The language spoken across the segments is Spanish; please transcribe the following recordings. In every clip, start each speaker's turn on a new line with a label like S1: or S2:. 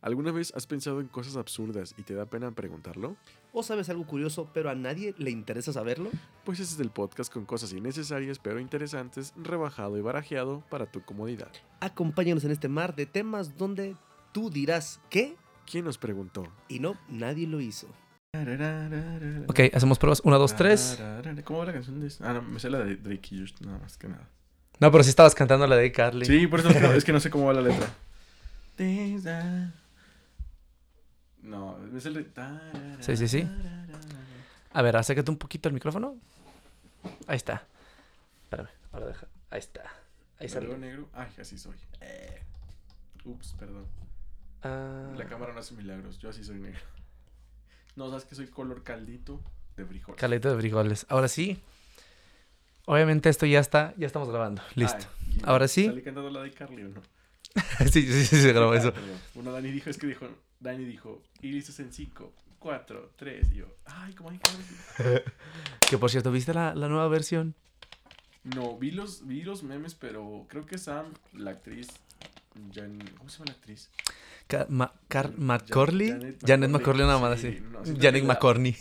S1: ¿Alguna vez has pensado en cosas absurdas y te da pena preguntarlo?
S2: ¿O sabes algo curioso, pero a nadie le interesa saberlo?
S1: Pues este es el podcast con cosas innecesarias pero interesantes, rebajado y barajeado para tu comodidad.
S2: Acompáñanos en este mar de temas donde tú dirás qué
S1: ¿Quién nos preguntó?
S2: y no, nadie lo hizo.
S3: Ok, hacemos pruebas. Una, dos, tres.
S4: ¿Cómo va la canción de eso? Ah, no, me sé la de Drake y Josh, nada más que nada.
S3: No, pero sí estabas cantando la de Carly.
S4: Sí, por eso es que no- es que no sé cómo va la letra. Things that- No, es el de...
S3: Sí, sí, sí. A ver, acércate un poquito al micrófono. Ahí está. Espérame, ahora deja. Ahí está. Ahí
S4: ¿Algo
S3: salió.
S4: negro? Ay, así soy. Eh. Ups, perdón.
S3: Ah,
S4: La cámara no hace milagros, yo así soy negro. No, sabes que soy color caldito de frijol.
S3: caleta de frijoles. Ahora sí. Obviamente esto ya está, ya estamos grabando. Listo.
S4: Ay,
S3: Ahora sí.
S4: ¿Salí cantando la de Carly o no?
S3: sí, sí, sí, se grabó eso.
S4: Ah, perdón. Bueno, Dani dijo, es que dijo, Dani dijo, Iris es en 5, 4, 3, y yo, ay, ¿cómo hay Carly?
S3: Que por cierto, ¿viste la, la nueva versión?
S4: No, vi los, vi los memes, pero creo que Sam, la actriz, Jan, ¿cómo se llama la actriz?
S3: Ca- Ma- Car-
S4: Jan-
S3: Matt Corley.
S4: Janet
S3: Janet
S4: McCorley.
S3: McCorley, una mamada
S4: Sí,
S3: así.
S4: no, sí,
S3: Janet
S4: la-
S3: McCorney.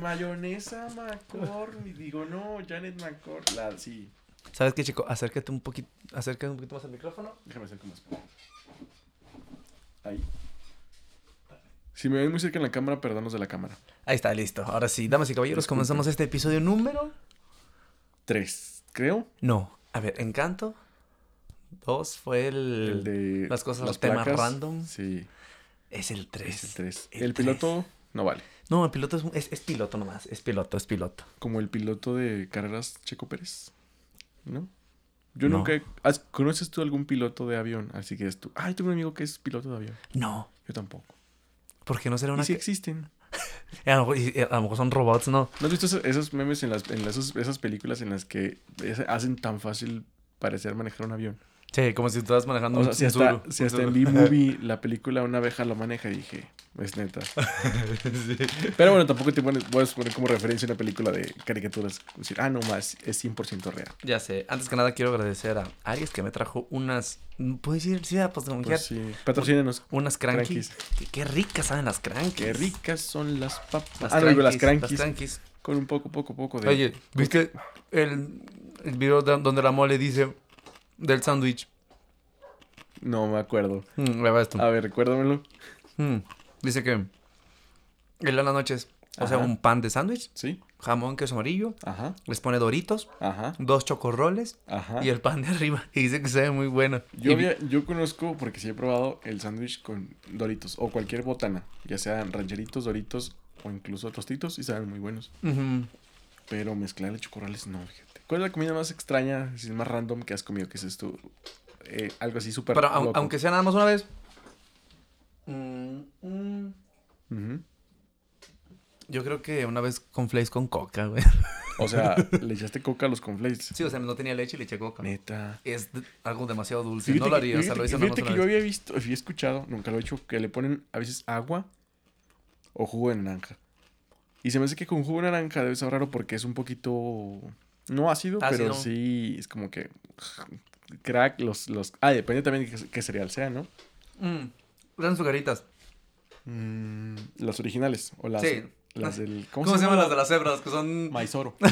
S4: Mayonesa McCorney, digo, no, Janet McCorney, la- sí,
S3: ¿Sabes qué, chico? Acércate un poquito, acércate un poquito más al micrófono.
S4: déjame hacer como es. Ahí. Si me ven muy cerca en la cámara, perdón los de la cámara.
S3: Ahí está, listo. Ahora sí, damas y caballeros,
S4: Disculpen.
S3: comenzamos este episodio número.
S4: Tres, creo.
S3: No, a ver, Encanto. Dos fue
S4: El
S3: el.
S4: de
S3: las cosas, los temas
S4: placas,
S3: random.
S4: Sí,
S3: Es el
S4: es
S3: tres.
S4: el 3.
S3: el
S4: El,
S3: tres.
S4: piloto no vale.
S3: No, el piloto es, un- es, es piloto nomás. Es piloto, es piloto.
S4: Como el piloto de carreras Checo Pérez. ¿No? Yo
S3: No.
S4: nunca. he- ¿Has- ¿Conoces tú algún piloto de avión? Así que es tú. Ay, tengo un amigo que es piloto de avión.
S3: No,
S4: Yo tampoco.
S3: porque no será
S4: Y
S3: una.
S4: sí
S3: que- eh,
S4: existen.
S3: a, lo mejor, y- y a lo mejor son robots, ¿no?
S4: ¿No has visto eso- esos memes en las, en las- esos- esas películas en las que es- hacen tan fácil parecer manejar un avión?
S3: Sí, como si estuvieras manejando
S4: O
S3: un-
S4: sea, si
S3: un
S4: hasta,
S3: Subaru,
S4: si
S3: un
S4: hasta en
S3: Subaru.
S4: B-Movie la película una abeja lo maneja y dije, es neta.
S3: Sí.
S4: Pero bueno, tampoco te pones, puedes poner como referencia una película de caricaturas. Decir, ah, no más, es 100% real.
S3: Ya sé. Antes que nada, quiero agradecer a Aries que me trajo unas. ¿Puedo decir? Sí, ah, pues, como
S4: Pues
S3: quiera,
S4: sí. Patrocínanos.
S3: Unas crankies.
S4: Crankies.
S3: Que- Qué ricas saben las crankies.
S4: Qué ricas son las papas.
S3: Las
S4: ah, no, digo, las
S3: crankies,
S4: crankies.
S3: Las crankies.
S4: Con un poco, poco, poco de.
S3: Oye, ¿viste el, el video de- donde la mole dice del sándwich?
S4: No me acuerdo.
S3: Mm, graba esto.
S4: A ver, recuérdamelo.
S3: Mm, dice que en las noches, o sea,
S4: Ajá.
S3: un pan de sándwich,
S4: Sí.
S3: jamón, queso amarillo,
S4: Ajá.
S3: les pone doritos,
S4: Ajá.
S3: dos chocorroles
S4: Ajá.
S3: y el pan de arriba. Y dice que se ve muy bueno.
S4: Yo,
S3: Y-
S4: había- yo conozco, porque sí he probado el sándwich con doritos o cualquier botana, ya sean rancheritos, doritos o incluso tostitos, y saben muy buenos.
S3: Ujú.
S4: Pero mezclarle chocorrales, no, fíjate. ¿Cuál es la comida más extraña, si es más random que has comido? Que es tú? Eh, algo así súper.
S3: Pero au-
S4: loco.
S3: aunque sea nada más una vez. Mm, mm,
S4: Ujú.
S3: yo creo que una vez con flakes con coca, güey.
S4: O sea, le echaste coca a los conflates.
S3: Sí, o sea, no tenía leche y le eché coca.
S4: Neta.
S3: Es de- algo demasiado dulce.
S4: Fíjate
S3: no lo
S4: que-
S3: haría, o sea,
S4: fíjate
S3: lo
S4: que-
S3: hice nada más
S4: fíjate
S3: una
S4: que
S3: vez.
S4: yo había visto, había escuchado, nunca lo he hecho, que le ponen a veces agua o jugo de naranja. Y se me hace que con jugo de naranja debe saber raro porque es un poquito, no ácido,
S3: Ácido.
S4: pero sí es como que crack los, los... Ah, depende también de qué, qué cereal sea, ¿no?
S3: Mm, eran sucaritas.
S4: Mm, las originales o las...
S3: Sí.
S4: Las del...
S3: ¿Cómo, se llaman las de las cebras? Que son.
S4: Maizoro.
S3: que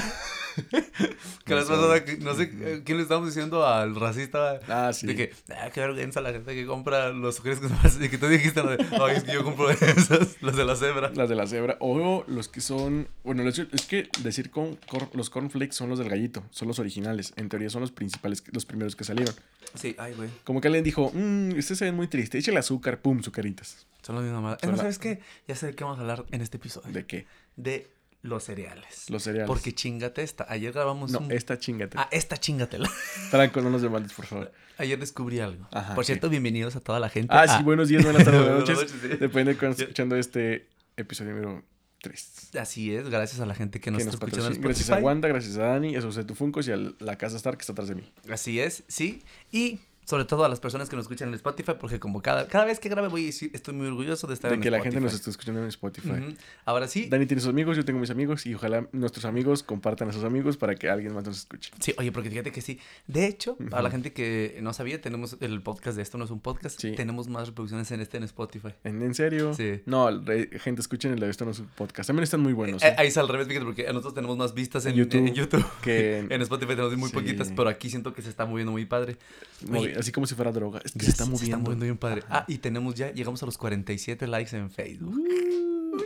S3: las
S4: Maizoro.
S3: personas. que- No sé eh, quién le estamos diciendo al racista.
S4: Ah, sí.
S3: De que, ah, qué vergüenza la gente que compra los sucres que son más. Y que tú dijiste, la de, ay, es que yo compro esas, las de la cebra.
S4: Las de la cebra. O los que son. Bueno, los- es que decir con cor- los cornflakes son los del gallito. Son los originales. En teoría son los principales, los primeros que salieron.
S3: Sí, ay, güey.
S4: Como que alguien dijo, mmm, este se ve muy triste. Échale azúcar, pum, sucaritas.
S3: Son las mismas madres. Es
S4: Son
S3: más,
S4: la-
S3: ¿sabes qué? Ya sé de qué vamos a hablar en este episodio.
S4: ¿De qué?
S3: De los cereales.
S4: Los cereales.
S3: Porque chingate esta. Ayer grabamos
S4: No,
S3: un.
S4: esta chingate.
S3: Ah, esta chingatela.
S4: Franco, no nos demandes, por favor.
S3: Ayer descubrí algo.
S4: Ajá,
S3: Por
S4: ¿qué?
S3: cierto, bienvenidos a toda la gente.
S4: Ah,
S3: a-
S4: sí, buenos días, buenas tardes, buenas
S3: Buenas
S4: noches.
S3: noches, sí.
S4: Depende de cuando estés escuchando este episodio número 3.
S3: Así es, gracias a la gente que nos
S4: Que
S3: está
S4: nos
S3: escuchando en
S4: patrocina. Gracias a
S3: Spotify.
S4: Wanda, gracias a Dani, a José Tufuncos y a la Casa Star que está atrás de mí.
S3: Así es, sí. Y Sobre todo a las personas que nos escuchan en Spotify, porque como cada, cada vez que grabe voy a decir, estoy muy orgulloso de estar
S4: De
S3: en
S4: que la gente nos
S3: Spotify.
S4: esté escuchando en Spotify.
S3: Ujú. Ahora sí,
S4: Dani tiene sus amigos, yo tengo mis amigos y ojalá nuestros amigos compartan a sus amigos para que alguien más nos escuche.
S3: Sí, oye, porque fíjate que sí. De hecho, para la gente que no sabía, tenemos el podcast de esto, no es un podcast.
S4: Sí.
S3: Tenemos más reproducciones en este en Spotify.
S4: ¿En, en serio?
S3: Sí.
S4: No, re- gente, escuchen el de esto no es un podcast. También están muy buenos.
S3: Eh,
S4: ¿eh?
S3: ahí es al revés, fíjate, porque nosotros tenemos más vistas en,
S4: En YouTube
S3: en YouTube.
S4: que en-
S3: en Spotify tenemos muy
S4: Sí.
S3: poquitas, pero aquí siento que se está moviendo muy padre.
S4: Movi-
S3: oye.
S4: Así como si fuera droga. Es que
S3: Ya
S4: se está moviendo.
S3: bien padre. Ah, y tenemos ya, llegamos a los 47 likes en Facebook.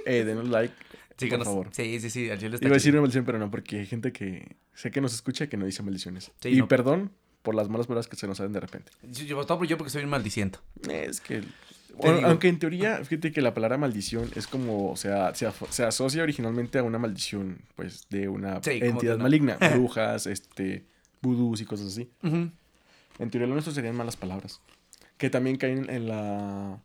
S4: Eh, denos like,
S3: Síganos.
S4: por favor.
S3: Sí, sí, sí, al chile está
S4: Iba a decir
S3: chido.
S4: una maldición, pero no, porque hay gente que sé que nos escucha que no dice maldiciones.
S3: Sí,
S4: y
S3: no.
S4: perdón por las malas palabras que se nos salen de repente.
S3: Yo, yo, todo yo porque soy un maldiciento.
S4: Es que... Bueno,
S3: digo.
S4: aunque en teoría, fíjate que la palabra maldición es como, o sea, se, afo- se asocia originalmente a una maldición, pues, de una
S3: Sí, como de
S4: entidad
S3: una-
S4: maligna, brujas, este, vudús y cosas así.
S3: Ujú.
S4: En teoría lo nuestro serían malas palabras, que también caen en la,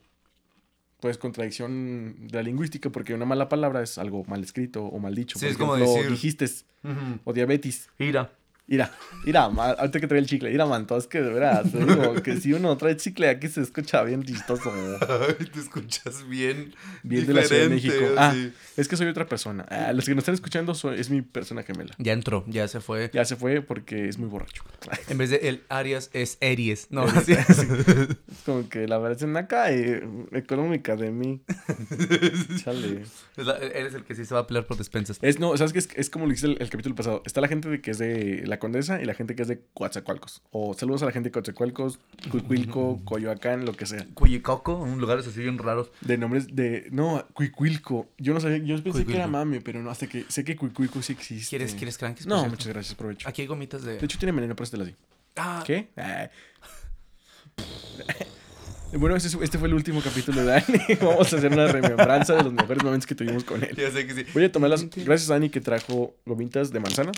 S4: pues, contradicción de la lingüística, porque una mala palabra es algo mal escrito o mal dicho.
S3: Sí,
S4: Por
S3: es como
S4: ejemplo,
S3: decir-
S4: Dijiste
S3: Ujú.
S4: o diabetes.
S3: Mira.
S4: Mira, mira, ma- ahorita que trae el chicle, mira, manto, es que de verdad, te digo que si uno trae chicle aquí se escucha bien chistoso.
S3: Ay, te escuchas bien.
S4: Bien de la Ciudad de México.
S3: diferente,
S4: Ah,
S3: así.
S4: es que soy otra persona. Ah, los que nos están escuchando soy- es mi persona gemela.
S3: Ya entró, ya se fue.
S4: Ah. Ya se fue porque es muy borracho.
S3: En vez de el Arias es Aries. No, sí.
S4: Es como que la versión acá eh, económica de mí. Chale.
S3: Es la- eres el que sí se va a pelear por despensas.
S4: Es, no, ¿sabes qué? Es, es como lo dijiste el, el capítulo pasado. Está la gente de que es de La Condesa y la gente que es de Coatzacoalcos. O saludos a la gente de Coatzacoalcos, Cuicuilco, Coyoacán, lo que sea.
S3: Cuyicoco, un lugares así bien raros.
S4: De nombres de... No, Cuicuilco. Yo no sabía... Yo pensé que era
S3: Cuicuilco.
S4: mame, pero no. Hasta que sé que Cuicuilco sí existe.
S3: ¿Quieres, quieres crankies? por
S4: No,
S3: cierto?
S4: muchas gracias. Provecho.
S3: Aquí hay gomitas de.
S4: De hecho, tiene veneno, por eso te las di.
S3: ah,
S4: ¿Qué? Ah. Bueno, este, es- este fue el último capítulo de Dani. Vamos a hacer una remembranza de los mejores momentos que tuvimos con él.
S3: Ya sé que sí.
S4: Voy a tomar las... Gracias, Dani, que trajo gomitas de manzana.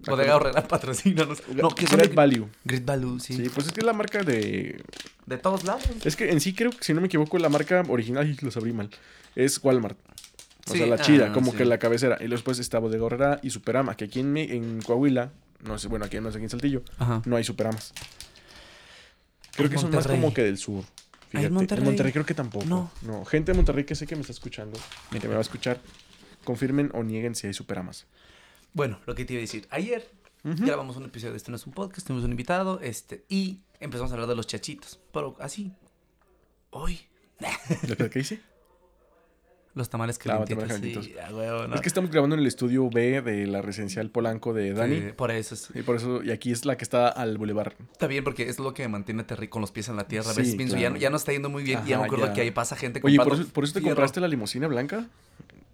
S3: Bodega Horrera, patrocínanos. No, que son
S4: Great
S3: de-
S4: Value.
S3: Great Value, sí.
S4: Sí, pues es que es la marca de...
S3: De todos lados.
S4: Es que en sí creo que, si no me equivoco, la marca original, y los abrí mal, es Walmart. O
S3: Sí,
S4: sea, la
S3: ah,
S4: chida, como
S3: sí.
S4: que la cabecera. Y después está Bodega Horrera y Superama, que aquí en, mi- en Coahuila, no sé, bueno, aquí no sé, aquí en Saltillo,
S3: Ajá.
S4: no hay Superamas. Creo
S3: En
S4: que son más
S3: Monterrey.
S4: como que del sur.
S3: Ah, en
S4: Fíjate. En Monterrey.
S3: Monterrey.
S4: creo que tampoco.
S3: No.
S4: No. gente de Monterrey que sé que me está escuchando, que me va a escuchar, confirmen o nieguen si hay Superamas.
S3: Bueno, lo que te iba a decir. Ayer grabamos un episodio de Este No es un podcast, tuvimos un invitado, este, y empezamos a hablar de los chachitos. Pero así. Hoy.
S4: ¿Lo que hice?
S3: Los tamales
S4: Ah, tamales
S3: calentitos. sí,
S4: calentitos.
S3: a huevo, no.
S4: Es que estamos grabando en el estudio B de la residencial Polanco de Dani.
S3: Sí, por eso sí.
S4: Y por eso, y aquí es la que está al bulevar.
S3: Está bien porque es lo que me mantiene aterri con los pies en la tierra.
S4: Sí,
S3: ¿ves? Pienso, ya,
S4: claro.
S3: no- ya no está yendo muy bien. y ya
S4: Ajá,
S3: me acuerdo
S4: ya.
S3: que ahí pasa gente
S4: Oye, ¿por
S3: comprando
S4: eso, por eso te
S3: fierro.
S4: compraste la limusina blanca?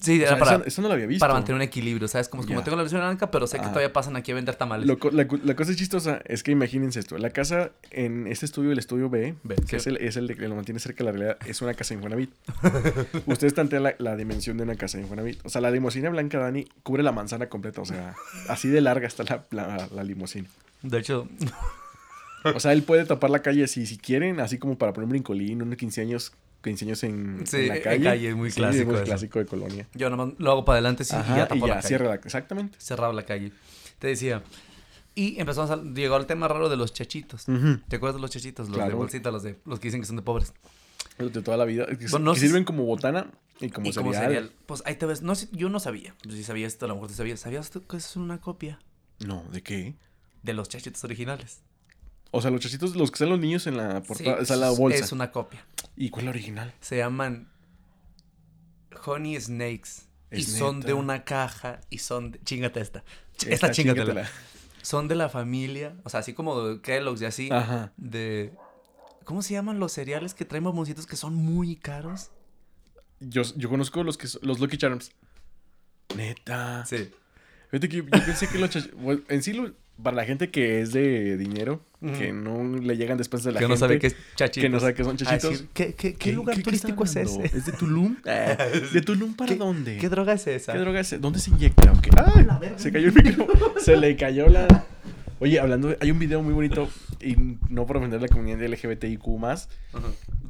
S3: Sí,
S4: O
S3: era
S4: sea,
S3: para,
S4: esa, esa no la había visto.
S3: para mantener un equilibrio, ¿sabes? Como, como
S4: Ya.
S3: tengo la versión blanca, pero sé que
S4: Ajá.
S3: todavía pasan aquí a vender tamales.
S4: Lo co- la, cu- la cosa chistosa es que imagínense esto. La casa en este estudio, el estudio B,
S3: B,
S4: que
S3: sí.
S4: es, el, es el de que lo mantiene cerca de la realidad, es una casa en Juanavit. Ustedes tantean la, la dimensión de una casa en Juanavit. O sea, la limusina blanca, Dani, cubre la manzana completa. O sea, así de larga está la, la, la limusina.
S3: De hecho,
S4: O sea, él puede tapar la calle si, si quieren, así como para poner un brincolín, unos 15 años, 15 años en,
S3: Sí,
S4: en la
S3: en
S4: calle.
S3: calle, es muy
S4: Sí,
S3: clásico
S4: muy
S3: eso.
S4: clásico de colonia.
S3: yo nada más lo hago para adelante sí,
S4: Ajá,
S3: y ya tapo la calle.
S4: cierra la Exactamente.
S3: Cerraba la calle. Te decía. Y empezamos a. Llegó el tema raro de los chachitos. ¿Te acuerdas de los chachitos? Los de
S4: Claro.
S3: bolsita, los, de, los que dicen que son de pobres.
S4: Los de toda la vida. Que,
S3: Bueno, no
S4: que
S3: sé si-
S4: sirven como botana y como
S3: y como
S4: cereal.
S3: cereal. Pues ahí te ves. No sé, yo no sabía. Si sabía esto, a lo mejor tú sabías. ¿Sabías tú que es una copia
S4: No, ¿de qué?
S3: de los chachitos originales?
S4: O sea, los chachitos, los que están los niños en la portada,
S3: Sí,
S4: o sea, la
S3: es-
S4: bolsa.
S3: Es una copia.
S4: ¿Y cuál es la original?
S3: Se llaman Honey Snakes. Y
S4: Es
S3: son
S4: neta.
S3: de una caja y son de... Chingate esta. Ch- Esta, chingatela. Son de la familia, o sea, así como de Kellogg's y así.
S4: Ajá.
S3: De... ¿Cómo se llaman los cereales que traen bomboncitos que son muy caros?
S4: Yo, yo conozco los que son- los Lucky Charms. Neta.
S3: Sí.
S4: Fíjate que yo, yo pensé que los chachitos. en sí, lo- para la gente que es de dinero, que no le llegan despensas de la
S3: que
S4: gente.
S3: no sabe qué es chachitos.
S4: que no sabe qué son
S3: A decir,
S4: chachitos.
S3: ¿Qué, qué, qué lugar
S4: están
S3: turístico es
S4: hablando?
S3: ese?
S4: ¿Es de Tulum? Ah, ¿De Tulum para
S3: ¿Qué-
S4: dónde?
S3: ¿Qué droga es esa?
S4: ¿Qué droga es? ¿Dónde se inyecta? ¿O qué? ¡Ay! Se cayó el micro. Se le cayó la. Oye, hablando, de- hay un video muy bonito, y no por ofender a la comunidad LGBTIQ,
S3: Ajá.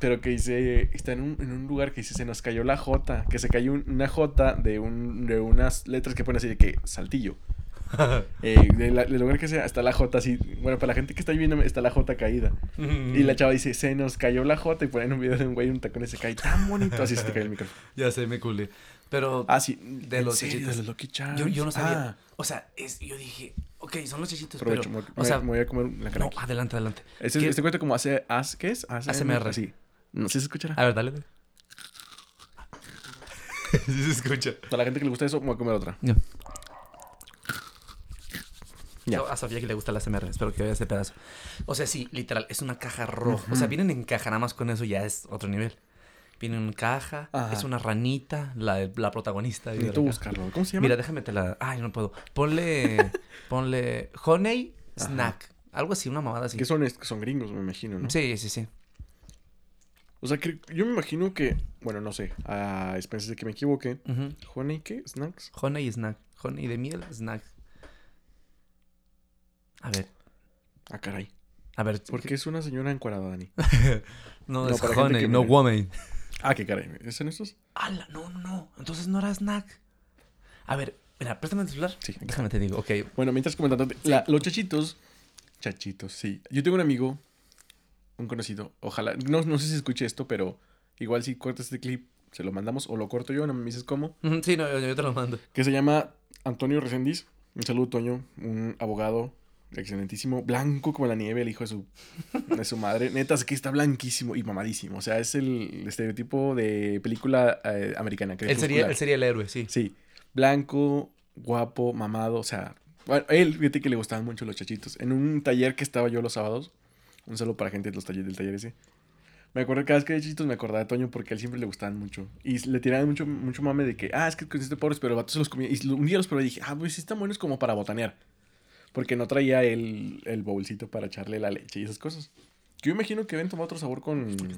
S4: pero que dice: está en un, en un lugar que dice, se nos cayó la J, que se cayó un- una J de, un, de unas letras que ponen así de que saltillo. eh, de la- del lugar que sea, hasta la J así. Bueno, para la gente que está ahí viendo, está la J caída.
S3: Mm.
S4: Y la chava dice, se nos cayó la J. Y ponen un video de un güey, un tacón y se cae tan bonito. Así se te cae el micrófono.
S3: Ya sé, me culé. Pero
S4: Ah, sí.
S3: De
S4: ¿en
S3: los
S4: serio?
S3: chichitos.
S4: De los Lucky Charms.
S3: yo, yo no sabía.
S4: Ah,
S3: O sea, es, yo dije, ok, son los chachitos, pero.
S4: aprovecho, me, voy-
S3: O sea,
S4: me voy a comer la cara.
S3: no, adelante, adelante.
S4: Este,
S3: ¿Qué-
S4: este cuento como hace... as- ¿Qué es?
S3: ASMR.
S4: Sí. No sé si se escuchará.
S3: A ver, dale, dale. sí se escucha.
S4: A la gente que le gusta eso, me voy a comer otra.
S3: Ya.
S4: Ya.
S3: So- A Sofía que le gusta la CMR, espero que vea ese pedazo. O sea, sí, literal, es una caja roja. O sea, vienen en caja, nada más con eso ya es otro nivel. Vienen en caja,
S4: Ajá.
S3: es una ranita, la, la protagonista. ahí de la
S4: Necesito
S3: caja.
S4: buscarlo. ¿Cómo se llama?
S3: Mira, déjame te la. Ay, no puedo. Ponle. ponle. Honey Snack. Algo así, una mamada así.
S4: que son, es- que son gringos, me imagino, ¿no?
S3: Sí, sí, sí.
S4: O sea, que yo me imagino que... Bueno, no sé. A expensas de que me equivoque.
S3: Ujú.
S4: ¿Honey qué? ¿Snacks?
S3: Honey Snack. Honey de miel Snack. A ver,
S4: Ah, caray.
S3: a ver.
S4: Porque es una señora encuadrada, Dani.
S3: No,
S4: No,
S3: es
S4: para gente
S3: honey,
S4: que
S3: no
S4: me-
S3: woman.
S4: Ah, qué caray. ¿Es en estos?
S3: Ala, no, no, no. Entonces no era Snack. A ver, mira, préstame el celular.
S4: Sí, aquí
S3: Déjame te digo, ok.
S4: Bueno, mientras comentando, la- los chachitos. Chachitos, sí. Yo tengo un amigo, un conocido. Ojalá, no, no sé si escuche esto, pero igual si cortas este clip, se lo mandamos o lo corto yo, no me dices cómo.
S3: Ujú, Sí, no, yo, yo te lo mando.
S4: Que se llama Antonio Resendiz. Un saludo, Toño. Un abogado excelentísimo, blanco como la nieve, el hijo de su, de su madre. Neta, es que está blanquísimo y mamadísimo. O sea, es el estereotipo de película eh, americana.
S3: Él sería, él sería el héroe, sí.
S4: Sí, blanco, guapo, mamado, o sea, bueno, él, fíjate que le gustaban mucho los chachitos. En un taller que estaba yo los sábados, un saludo para gente de los talleres del taller ese. Me acuerdo que cada vez que había chachitos me acordaba de Toño porque a él siempre le gustaban mucho. Y le tiraban mucho, mucho mame de que, ah, es que consiste pobres, pero el vato se los comía. Y un día los probé y dije, ah, pues sí están buenos como para botanear. Porque no traía el, el bolsito para echarle la leche y esas cosas. Yo imagino que deben tomar otro sabor con...
S3: están.
S4: con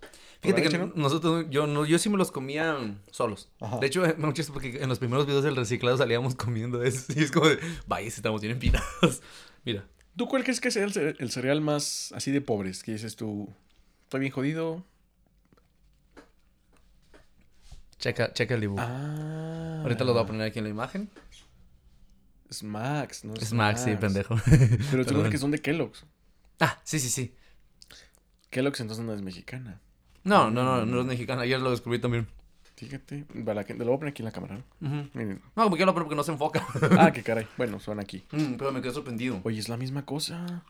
S4: la
S3: Fíjate que
S4: leche, ¿no?
S3: nosotros, yo, no, yo sí me los comía solos.
S4: Ajá.
S3: De hecho, eh, me chiste porque en los primeros videos del reciclado salíamos comiendo eso. Y es como de, vaya, si estamos bien empinados. Mira,
S4: ¿Tú cuál crees que sea el, cere- el cereal más así de pobres? Que dices tú, está bien jodido.
S3: checa, checa el dibujo.
S4: Ah.
S3: Ahorita lo voy a poner aquí en la imagen.
S4: Smacks, ¿no?
S3: Es Max, sí, pendejo.
S4: Pero tú
S3: Perdón.
S4: crees que son de Kellogg's.
S3: Ah, sí, sí, sí.
S4: Kellogg's entonces no es mexicana.
S3: No, no, no, no es mexicano. Ayer lo descubrí también.
S4: Fíjate, para la gente, lo voy a poner aquí en la cámara. ¿no?
S3: Ujú.
S4: Miren.
S3: No, porque yo lo pongo porque no se enfoca.
S4: Ah, qué caray. Bueno, son aquí.
S3: Mm, pero me quedé sorprendido.
S4: Oye, es la misma cosa.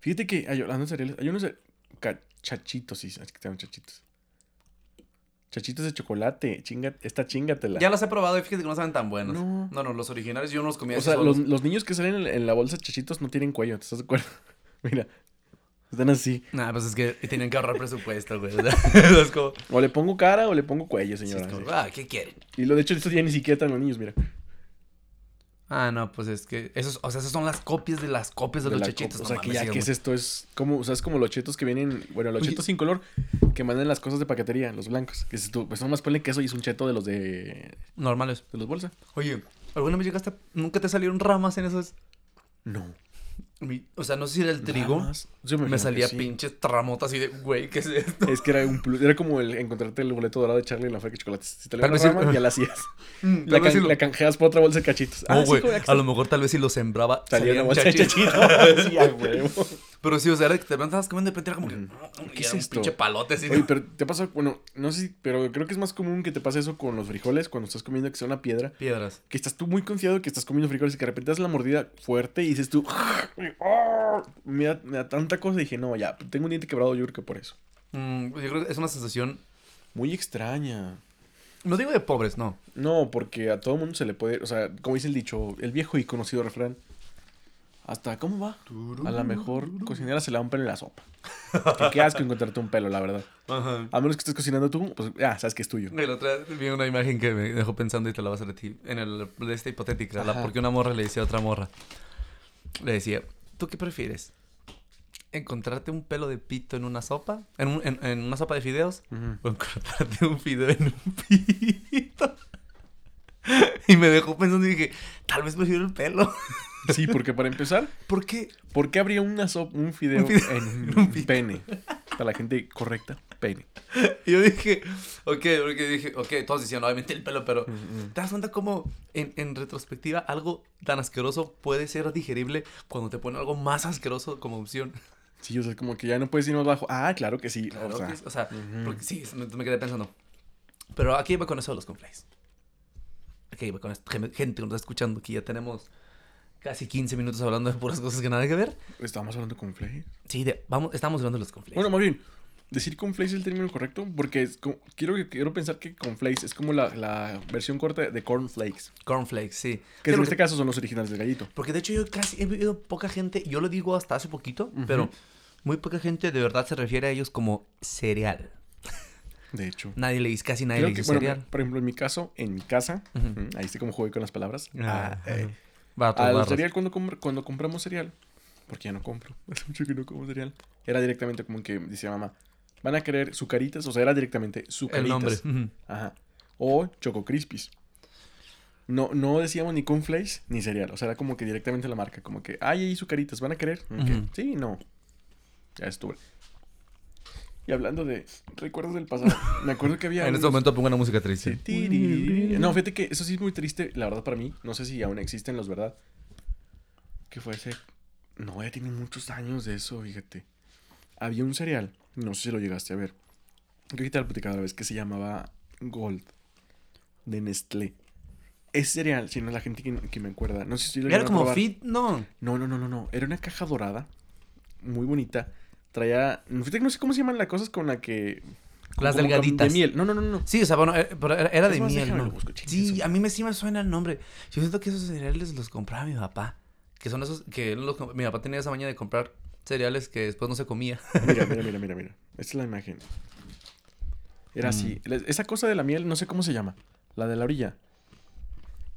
S4: Fíjate que hay, hablando de cereales, hay unos cere- ca- chachitos, sí, es que se llaman chachitos. Chachitos de chocolate, chinga, esta chingatela.
S3: Ya los he probado y fíjate que no saben tan buenos.
S4: No.
S3: No, no, los originales yo no los comía
S4: O
S3: así
S4: sea,
S3: solos.
S4: los, los niños que salen en, en la bolsa chachitos no tienen cuello, ¿te estás de acuerdo? Mira, están así.
S3: Nah, pues es que tienen que ahorrar presupuesto, güey. O sea, es como...
S4: O le pongo cara o le pongo cuello,
S3: sí, es
S4: señora.
S3: como,
S4: Sí.
S3: ah, ¿qué quieren?
S4: Y lo de hecho, estos ya ni siquiera están los niños, mira.
S3: Ah, no, pues es que esos, o sea, esas son las copias de las copias de,
S4: De
S3: los
S4: la
S3: chachitos.
S4: copa. O
S3: no
S4: sea, que
S3: mames,
S4: ya,
S3: sigan,
S4: ¿qué es
S3: güey.
S4: esto? Es como, o sea, es como los chetos que vienen, bueno, los
S3: Oye.
S4: chetos sin color, que mandan las cosas de paquetería, los blancos. Que dices tú, pues nomás ponle queso y es un cheto de los de, de
S3: normales.
S4: los bolsa.
S3: Oye, ¿alguna vez llegaste, a- nunca te salieron ramas en esos?
S4: No.
S3: Mi- O sea, no sé si era el trigo.
S4: Ramas. Yo
S3: Me
S4: imagino que
S3: salía
S4: sí.
S3: pinches tramotas así de, güey, ¿qué es esto?
S4: Es que era un plus, era como el encontrarte el boleto dorado de Charlie en la fábrica de chocolates. Si te le
S3: Tal
S4: una
S3: vez sí-
S4: rama, ya la hacías.
S3: Mm,
S4: la,
S3: tal vez
S4: can-
S3: si lo-
S4: la canjeas por otra bolsa de cachitos. Ah,
S3: No,
S4: sí,
S3: güey,
S4: como ya que
S3: a lo mejor tal vez si lo sembraba
S4: Salía una bolsa
S3: salían
S4: de
S3: chachitos.
S4: chachitos. Sí, a huevo.
S3: Pero sí, o sea, era que te levantabas comiendo de repente era como que... mm,
S4: ¿Qué
S3: y
S4: es
S3: era un
S4: esto?
S3: pinche palote así.
S4: Oye, pero te pasa, bueno, no sé, si- pero creo que es más común que te pase eso con los frijoles cuando estás comiendo que sea una piedra.
S3: Piedras.
S4: Que estás tú muy confiado que estás comiendo frijoles y que de repente das la mordida fuerte y dices tú, "Ah", me, da, me da tanta cosa. Y dije, no, ya, tengo un diente quebrado, yo creo que por eso.
S3: Mm, yo creo que es una sensación...
S4: Muy extraña.
S3: No digo de pobres, no.
S4: No, porque a todo mundo se le puede, o sea, como dice el dicho, el viejo y conocido refrán, hasta, ¿cómo va? A la mejor cocinera se le da un pelo en la sopa. Que Qué asco encontrarte un pelo, la verdad.
S3: Ajá.
S4: A menos que estés cocinando tú, pues ya, sabes que es tuyo.
S3: La otra vez vi una imagen que me dejó pensando y te la vas a hacer a ti. En el, de esta hipotética, la-
S4: Ajá.
S3: porque una morra le decía a otra morra. Le decía, ¿tú qué prefieres? ¿Encontrarte un pelo de pito en una sopa? ¿En, un- en- en una sopa de fideos?
S4: Ujú.
S3: ¿O encontrarte un fideo en un pito? Y me dejó pensando y dije, tal vez prefiero el pelo.
S4: Sí, porque para empezar,
S3: ¿Por qué?
S4: ¿por qué habría una sop- un fideo
S3: Un fideo
S4: en
S3: en
S4: un
S3: un pito.
S4: pene? Para la gente correcta. Peine.
S3: Y yo dije, ok, porque dije, ok, todos decían, obviamente el pelo, pero ¿te das cuenta cómo en, en retrospectiva algo tan asqueroso puede ser digerible cuando te ponen algo más asqueroso como opción?
S4: Sí, o sea, como que ya no puedes ir más bajo. Ah, claro que sí.
S3: Claro
S4: o sea,
S3: que es- o sea, porque sí, me, me quedé pensando. Pero aquí iba con eso de los conflays. Aquí iba con esto. Gente que nos está escuchando, que ya tenemos casi 15 minutos hablando de puras cosas que nada que ver.
S4: estábamos hablando con Flay.
S3: Sí, de- vamos, estamos hablando de los conflays.
S4: Bueno, más bien, decir conflace es el término correcto porque es como- quiero, quiero pensar que conflace es como la, la versión corta de cornflakes.
S3: Cornflakes, sí.
S4: Que
S3: Sí,
S4: en
S3: porque-
S4: este caso son los originales del gallito.
S3: Porque de hecho yo casi he vivido poca gente, yo lo digo hasta hace poquito, pero muy poca gente de verdad se refiere a ellos como cereal.
S4: De hecho.
S3: Nadie le dice, casi nadie
S4: Creo
S3: le
S4: que,
S3: dice
S4: bueno,
S3: cereal.
S4: por ejemplo, en mi caso, en mi casa,
S3: Ujú.
S4: ujú, ahí sí como jugué con las palabras.
S3: Ah,
S4: Ah, eh,
S3: Va a
S4: al
S3: tomar.
S4: cereal cuando, compr- cuando compramos cereal, porque ya no compro, hace mucho que no como cereal, era directamente como que decía mamá, van a querer sucaritas, o sea, era directamente sucaritas.
S3: El nombre. ujú.
S4: Ajá. O Choco Crispis. No, no decíamos ni cornflakes ni cereal. O sea, era como que directamente la marca. Como que, ay, ahí sucaritas, ¿van a querer? Ok.
S3: Ujú.
S4: Sí, no. Ya estuvo. Y hablando de recuerdos del pasado, me acuerdo que había.
S3: En este
S4: unos-
S3: momento pongo una música
S4: Sí.
S3: triste.
S4: Tiriri. No, fíjate que eso sí es muy triste, la verdad, para mí. No sé si aún existen los verdad. Que fue ese. No, ya tiene muchos años de eso, fíjate. Había un cereal, no sé si lo llegaste a ver. Creo que te lo platicaba la vez que se llamaba Gold de Nestlé. Ese cereal, si no la gente que, que me acuerda, no sé si lo
S3: Era
S4: llegaron a
S3: como
S4: probar.
S3: fit, no.
S4: No, no, no, no, no. Era una caja dorada, muy bonita. Traía. Fíjate que no sé cómo se llaman las cosas con la que.
S3: Las
S4: como con-
S3: delgaditas.
S4: De miel. No, no, no, no.
S3: Sí, o sea, bueno, eh, pero era, era
S4: Es
S3: de
S4: más,
S3: miel,
S4: déjame
S3: ¿no?
S4: lo busco, chingue su
S3: Sí, a
S4: madre.
S3: mí me sí me suena el nombre. Yo siento que esos cereales los compraba mi papá. Que son esos que él los comp- mi papá tenía esa maña de comprar cereales que después no se comía.
S4: Mira, mira, mira, mira, mira. Esta es la imagen. Era así. La- Esa cosa de la miel, no sé cómo se llama. La de la orilla.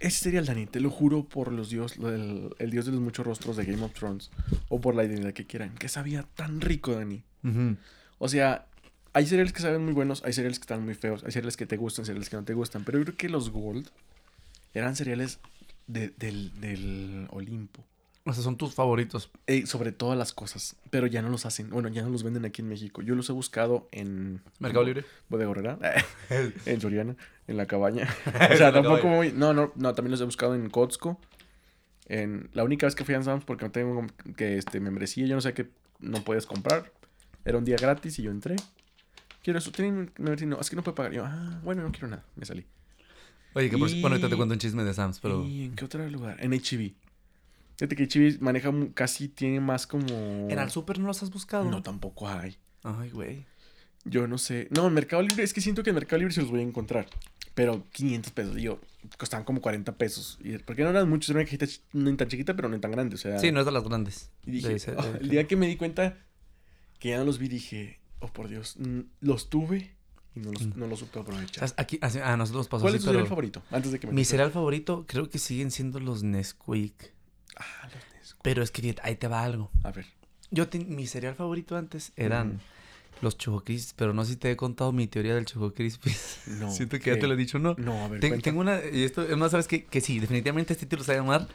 S4: Ese sería el Dani, te lo juro por los dios, lo del- el dios de los muchos rostros de Game of Thrones. O por la identidad que quieran. Que sabía tan rico, Dani.
S3: Ujú.
S4: O sea, hay cereales que saben muy buenos, hay cereales que están muy feos, hay cereales que te gustan, cereales que no te gustan. Pero yo creo que los Gold eran cereales de- del, del Olimpo.
S3: O sea, son tus favoritos.
S4: Eh, sobre todas las cosas, pero ya no los hacen. Bueno, ya no los venden aquí en México. Yo los he buscado en.
S3: Mercado Libre.
S4: Bodega Horrera, en Soriana, en la cabaña. O sea,
S3: En la
S4: tampoco
S3: cabaña.
S4: voy. No, no, no, también los he buscado en Costco. En... La única vez que fui a Sam's porque no tengo que este, membresía, yo no sé qué no puedes comprar. Era un día gratis y yo entré. Quiero eso, tienen membresía. No, es que no puedo pagar. Yo, ah, bueno, no quiero nada. Me salí.
S3: Oye, que por
S4: Y-
S3: bueno, ahorita te cuento un chisme de Sam's, pero
S4: ¿Y en qué otro lugar? En HB. Fíjate que HB maneja mu- casi, tiene más como.
S3: en el súper no los has buscado.
S4: No, tampoco hay.
S3: Ay, güey.
S4: Yo no sé. No, en Mercado Libre, es que siento que en Mercado Libre se los voy a encontrar. Pero 500 pesos, digo, costaban como 40 pesos. Y porque no eran muchos, era una cajita chi- no ni tan chiquita, pero no ni tan grande. O sea,
S3: Sí, no es de las grandes.
S4: Ah. y dije,
S3: De ese- de-
S4: "Oh", el día que me di cuenta que ya no los vi, dije, oh por Dios, mm, los tuve y no los, no los supe aprovechar.
S3: Mm. ¿Sabes? Aquí, así- ah, a nosotros nos pasó
S4: ¿Cuál
S3: así,
S4: es tu
S3: pero
S4: cereal favorito? Antes de que me
S3: Mi cereal favorito creo que siguen siendo los Nesquik.
S4: Ah, los Nesquik.
S3: Pero es que fíjate, ahí te va algo.
S4: A ver.
S3: Yo te- mi cereal favorito antes eran
S4: Ujú.
S3: los Choco Crispies, pero no sé si te he contado mi teoría del Choco Crispies.
S4: No,
S3: Siento que
S4: ¿qué?
S3: ya te lo he dicho, ¿no?
S4: No, a ver.
S3: Ten-
S4: cuenta.
S3: tengo una y esto es más sabes que, que sí, definitivamente este título se va a llamar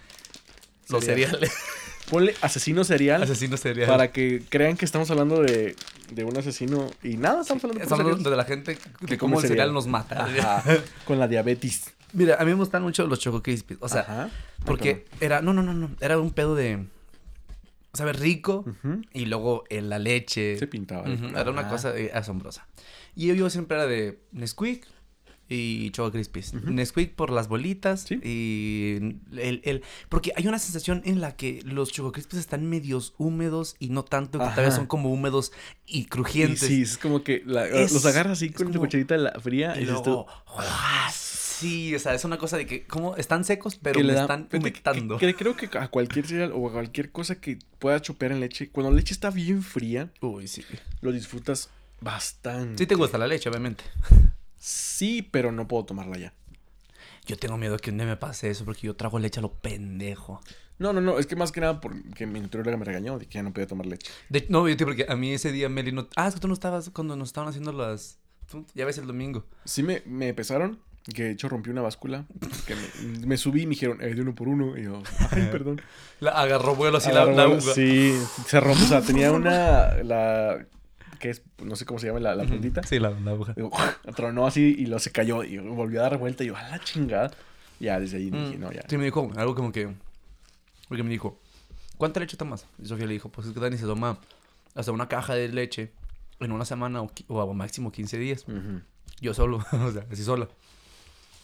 S3: Los
S4: Cereal.
S3: cereales,
S4: Ponle asesino serial
S3: asesinos cereales.
S4: para que crean que estamos hablando de, de un asesino y nada, estamos hablando de
S3: Estamos
S4: puros
S3: hablando de la gente de
S4: come
S3: cómo el cereal
S4: cereal.
S3: nos mata.
S4: Ajá, con la diabetes.
S3: Mira, a mí me gustan mucho los Choco Crispies, o sea,
S4: Ajá.
S3: porque era no, no, no, no, era un pedo de sabe rico
S4: Ujú.
S3: y luego eh, la leche.
S4: Se pintaba. de
S3: Ujú,
S4: color.
S3: Era una
S4: Ah,
S3: cosa eh, asombrosa. Y yo siempre era de Nesquik y Choco Crispies. Nesquik por las bolitas
S4: Sí.
S3: y el, el... Porque hay una sensación en la que los Choco Crispies están medios húmedos y no tanto, que tal vez
S4: Ajá.
S3: son como húmedos y
S4: Y
S3: crujientes.
S4: sí, es como que la-
S3: Es-
S4: los agarras así
S3: es
S4: con
S3: como-
S4: tu cucharita de la fría
S3: Y
S4: y dices tú,
S3: luego... ¡guau! Sí, o sea, es una cosa de que como están secos, pero
S4: que
S3: me
S4: le da-
S3: están
S4: fíjate que-
S3: humectando.
S4: que- que creo que a cualquier cereal o a cualquier cosa que puedas chupar en leche, cuando la leche está bien fría,
S3: Uy, sí.
S4: lo disfrutas bastante.
S3: Sí te gusta la leche, obviamente.
S4: Sí, pero no puedo tomarla ya.
S3: Yo tengo miedo que un día me pase eso porque yo trago leche a lo pendejo.
S4: No, no, no, es que más que nada porque mi nutrióloga me regañó de que ya no podía tomar leche.
S3: De- no, yo te porque a mí ese día Meli no... Ah, es que tú no estabas cuando nos estaban haciendo las... tú- Ya ves el domingo.
S4: Sí me, me pesaron, que de hecho rompí una báscula, que me, me subí y me dijeron, eh, de uno por uno, y yo, ay, perdón.
S3: La agarró vuelo así la,
S4: Agarró
S3: la
S4: vuelo,
S3: uva.
S4: Sí, se rompió. O sea, tenía una. La que es, no sé cómo se llama la, la puntita.
S3: Sí, la, la aguja.
S4: Digo, tronó así y lo se cayó y volvió a dar vuelta y yo, a la chingada. Ya, desde ahí dije,
S3: Mm,
S4: no, ya.
S3: Sí, me dijo algo como que. Porque me dijo, ¿cuánta leche tomas? Y Sofía le dijo, pues es que Dani se toma hasta una caja de leche en una semana o, qui- o a máximo 15 días.
S4: Ujú.
S3: Yo solo, o sea, así sola.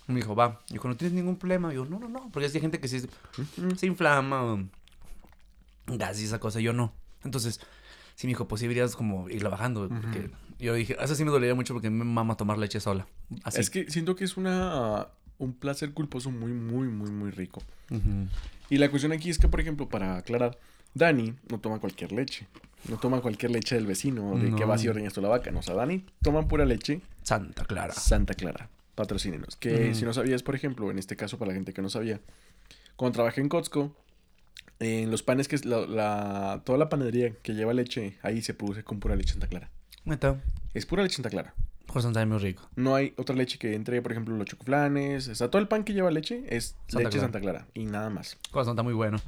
S3: Y Me dijo, va. Y dijo, ¿no tienes ningún problema? Y yo, no, no, no. Porque es que hay gente que se, se inflama, o gas y esa cosa. Yo no. Entonces, sí me dijo, pues sí deberías como irla bajando. porque Yo dije, eso sí me dolería mucho porque me mama tomar leche sola. Así.
S4: Es que siento que es una un placer culposo muy, muy, muy, muy rico.
S3: Ujú.
S4: Y la cuestión aquí es que, por ejemplo, para aclarar, Dani no toma cualquier leche. No toma cualquier leche del vecino, de que
S3: No.
S4: vas y ordeñas tú la vaca. No, o sea, Dani toma pura leche
S3: Santa Clara.
S4: Santa Clara. Patrocínenos. Que
S3: Ujú.
S4: si no sabías, por ejemplo, en este caso para la gente que no sabía, cuando trabajé en Costco, en los panes que es la, la- toda la panadería que lleva leche, ahí se produce con pura leche Santa Clara.
S3: Neta.
S4: Es pura leche Santa Clara.
S3: Por Santa es muy rico.
S4: No hay otra leche que entre, por ejemplo, los chocoflanes. O sea, todo el pan que lleva leche es
S3: Santa
S4: leche
S3: Clara.
S4: Santa Clara y nada más.
S3: Corazón está muy bueno.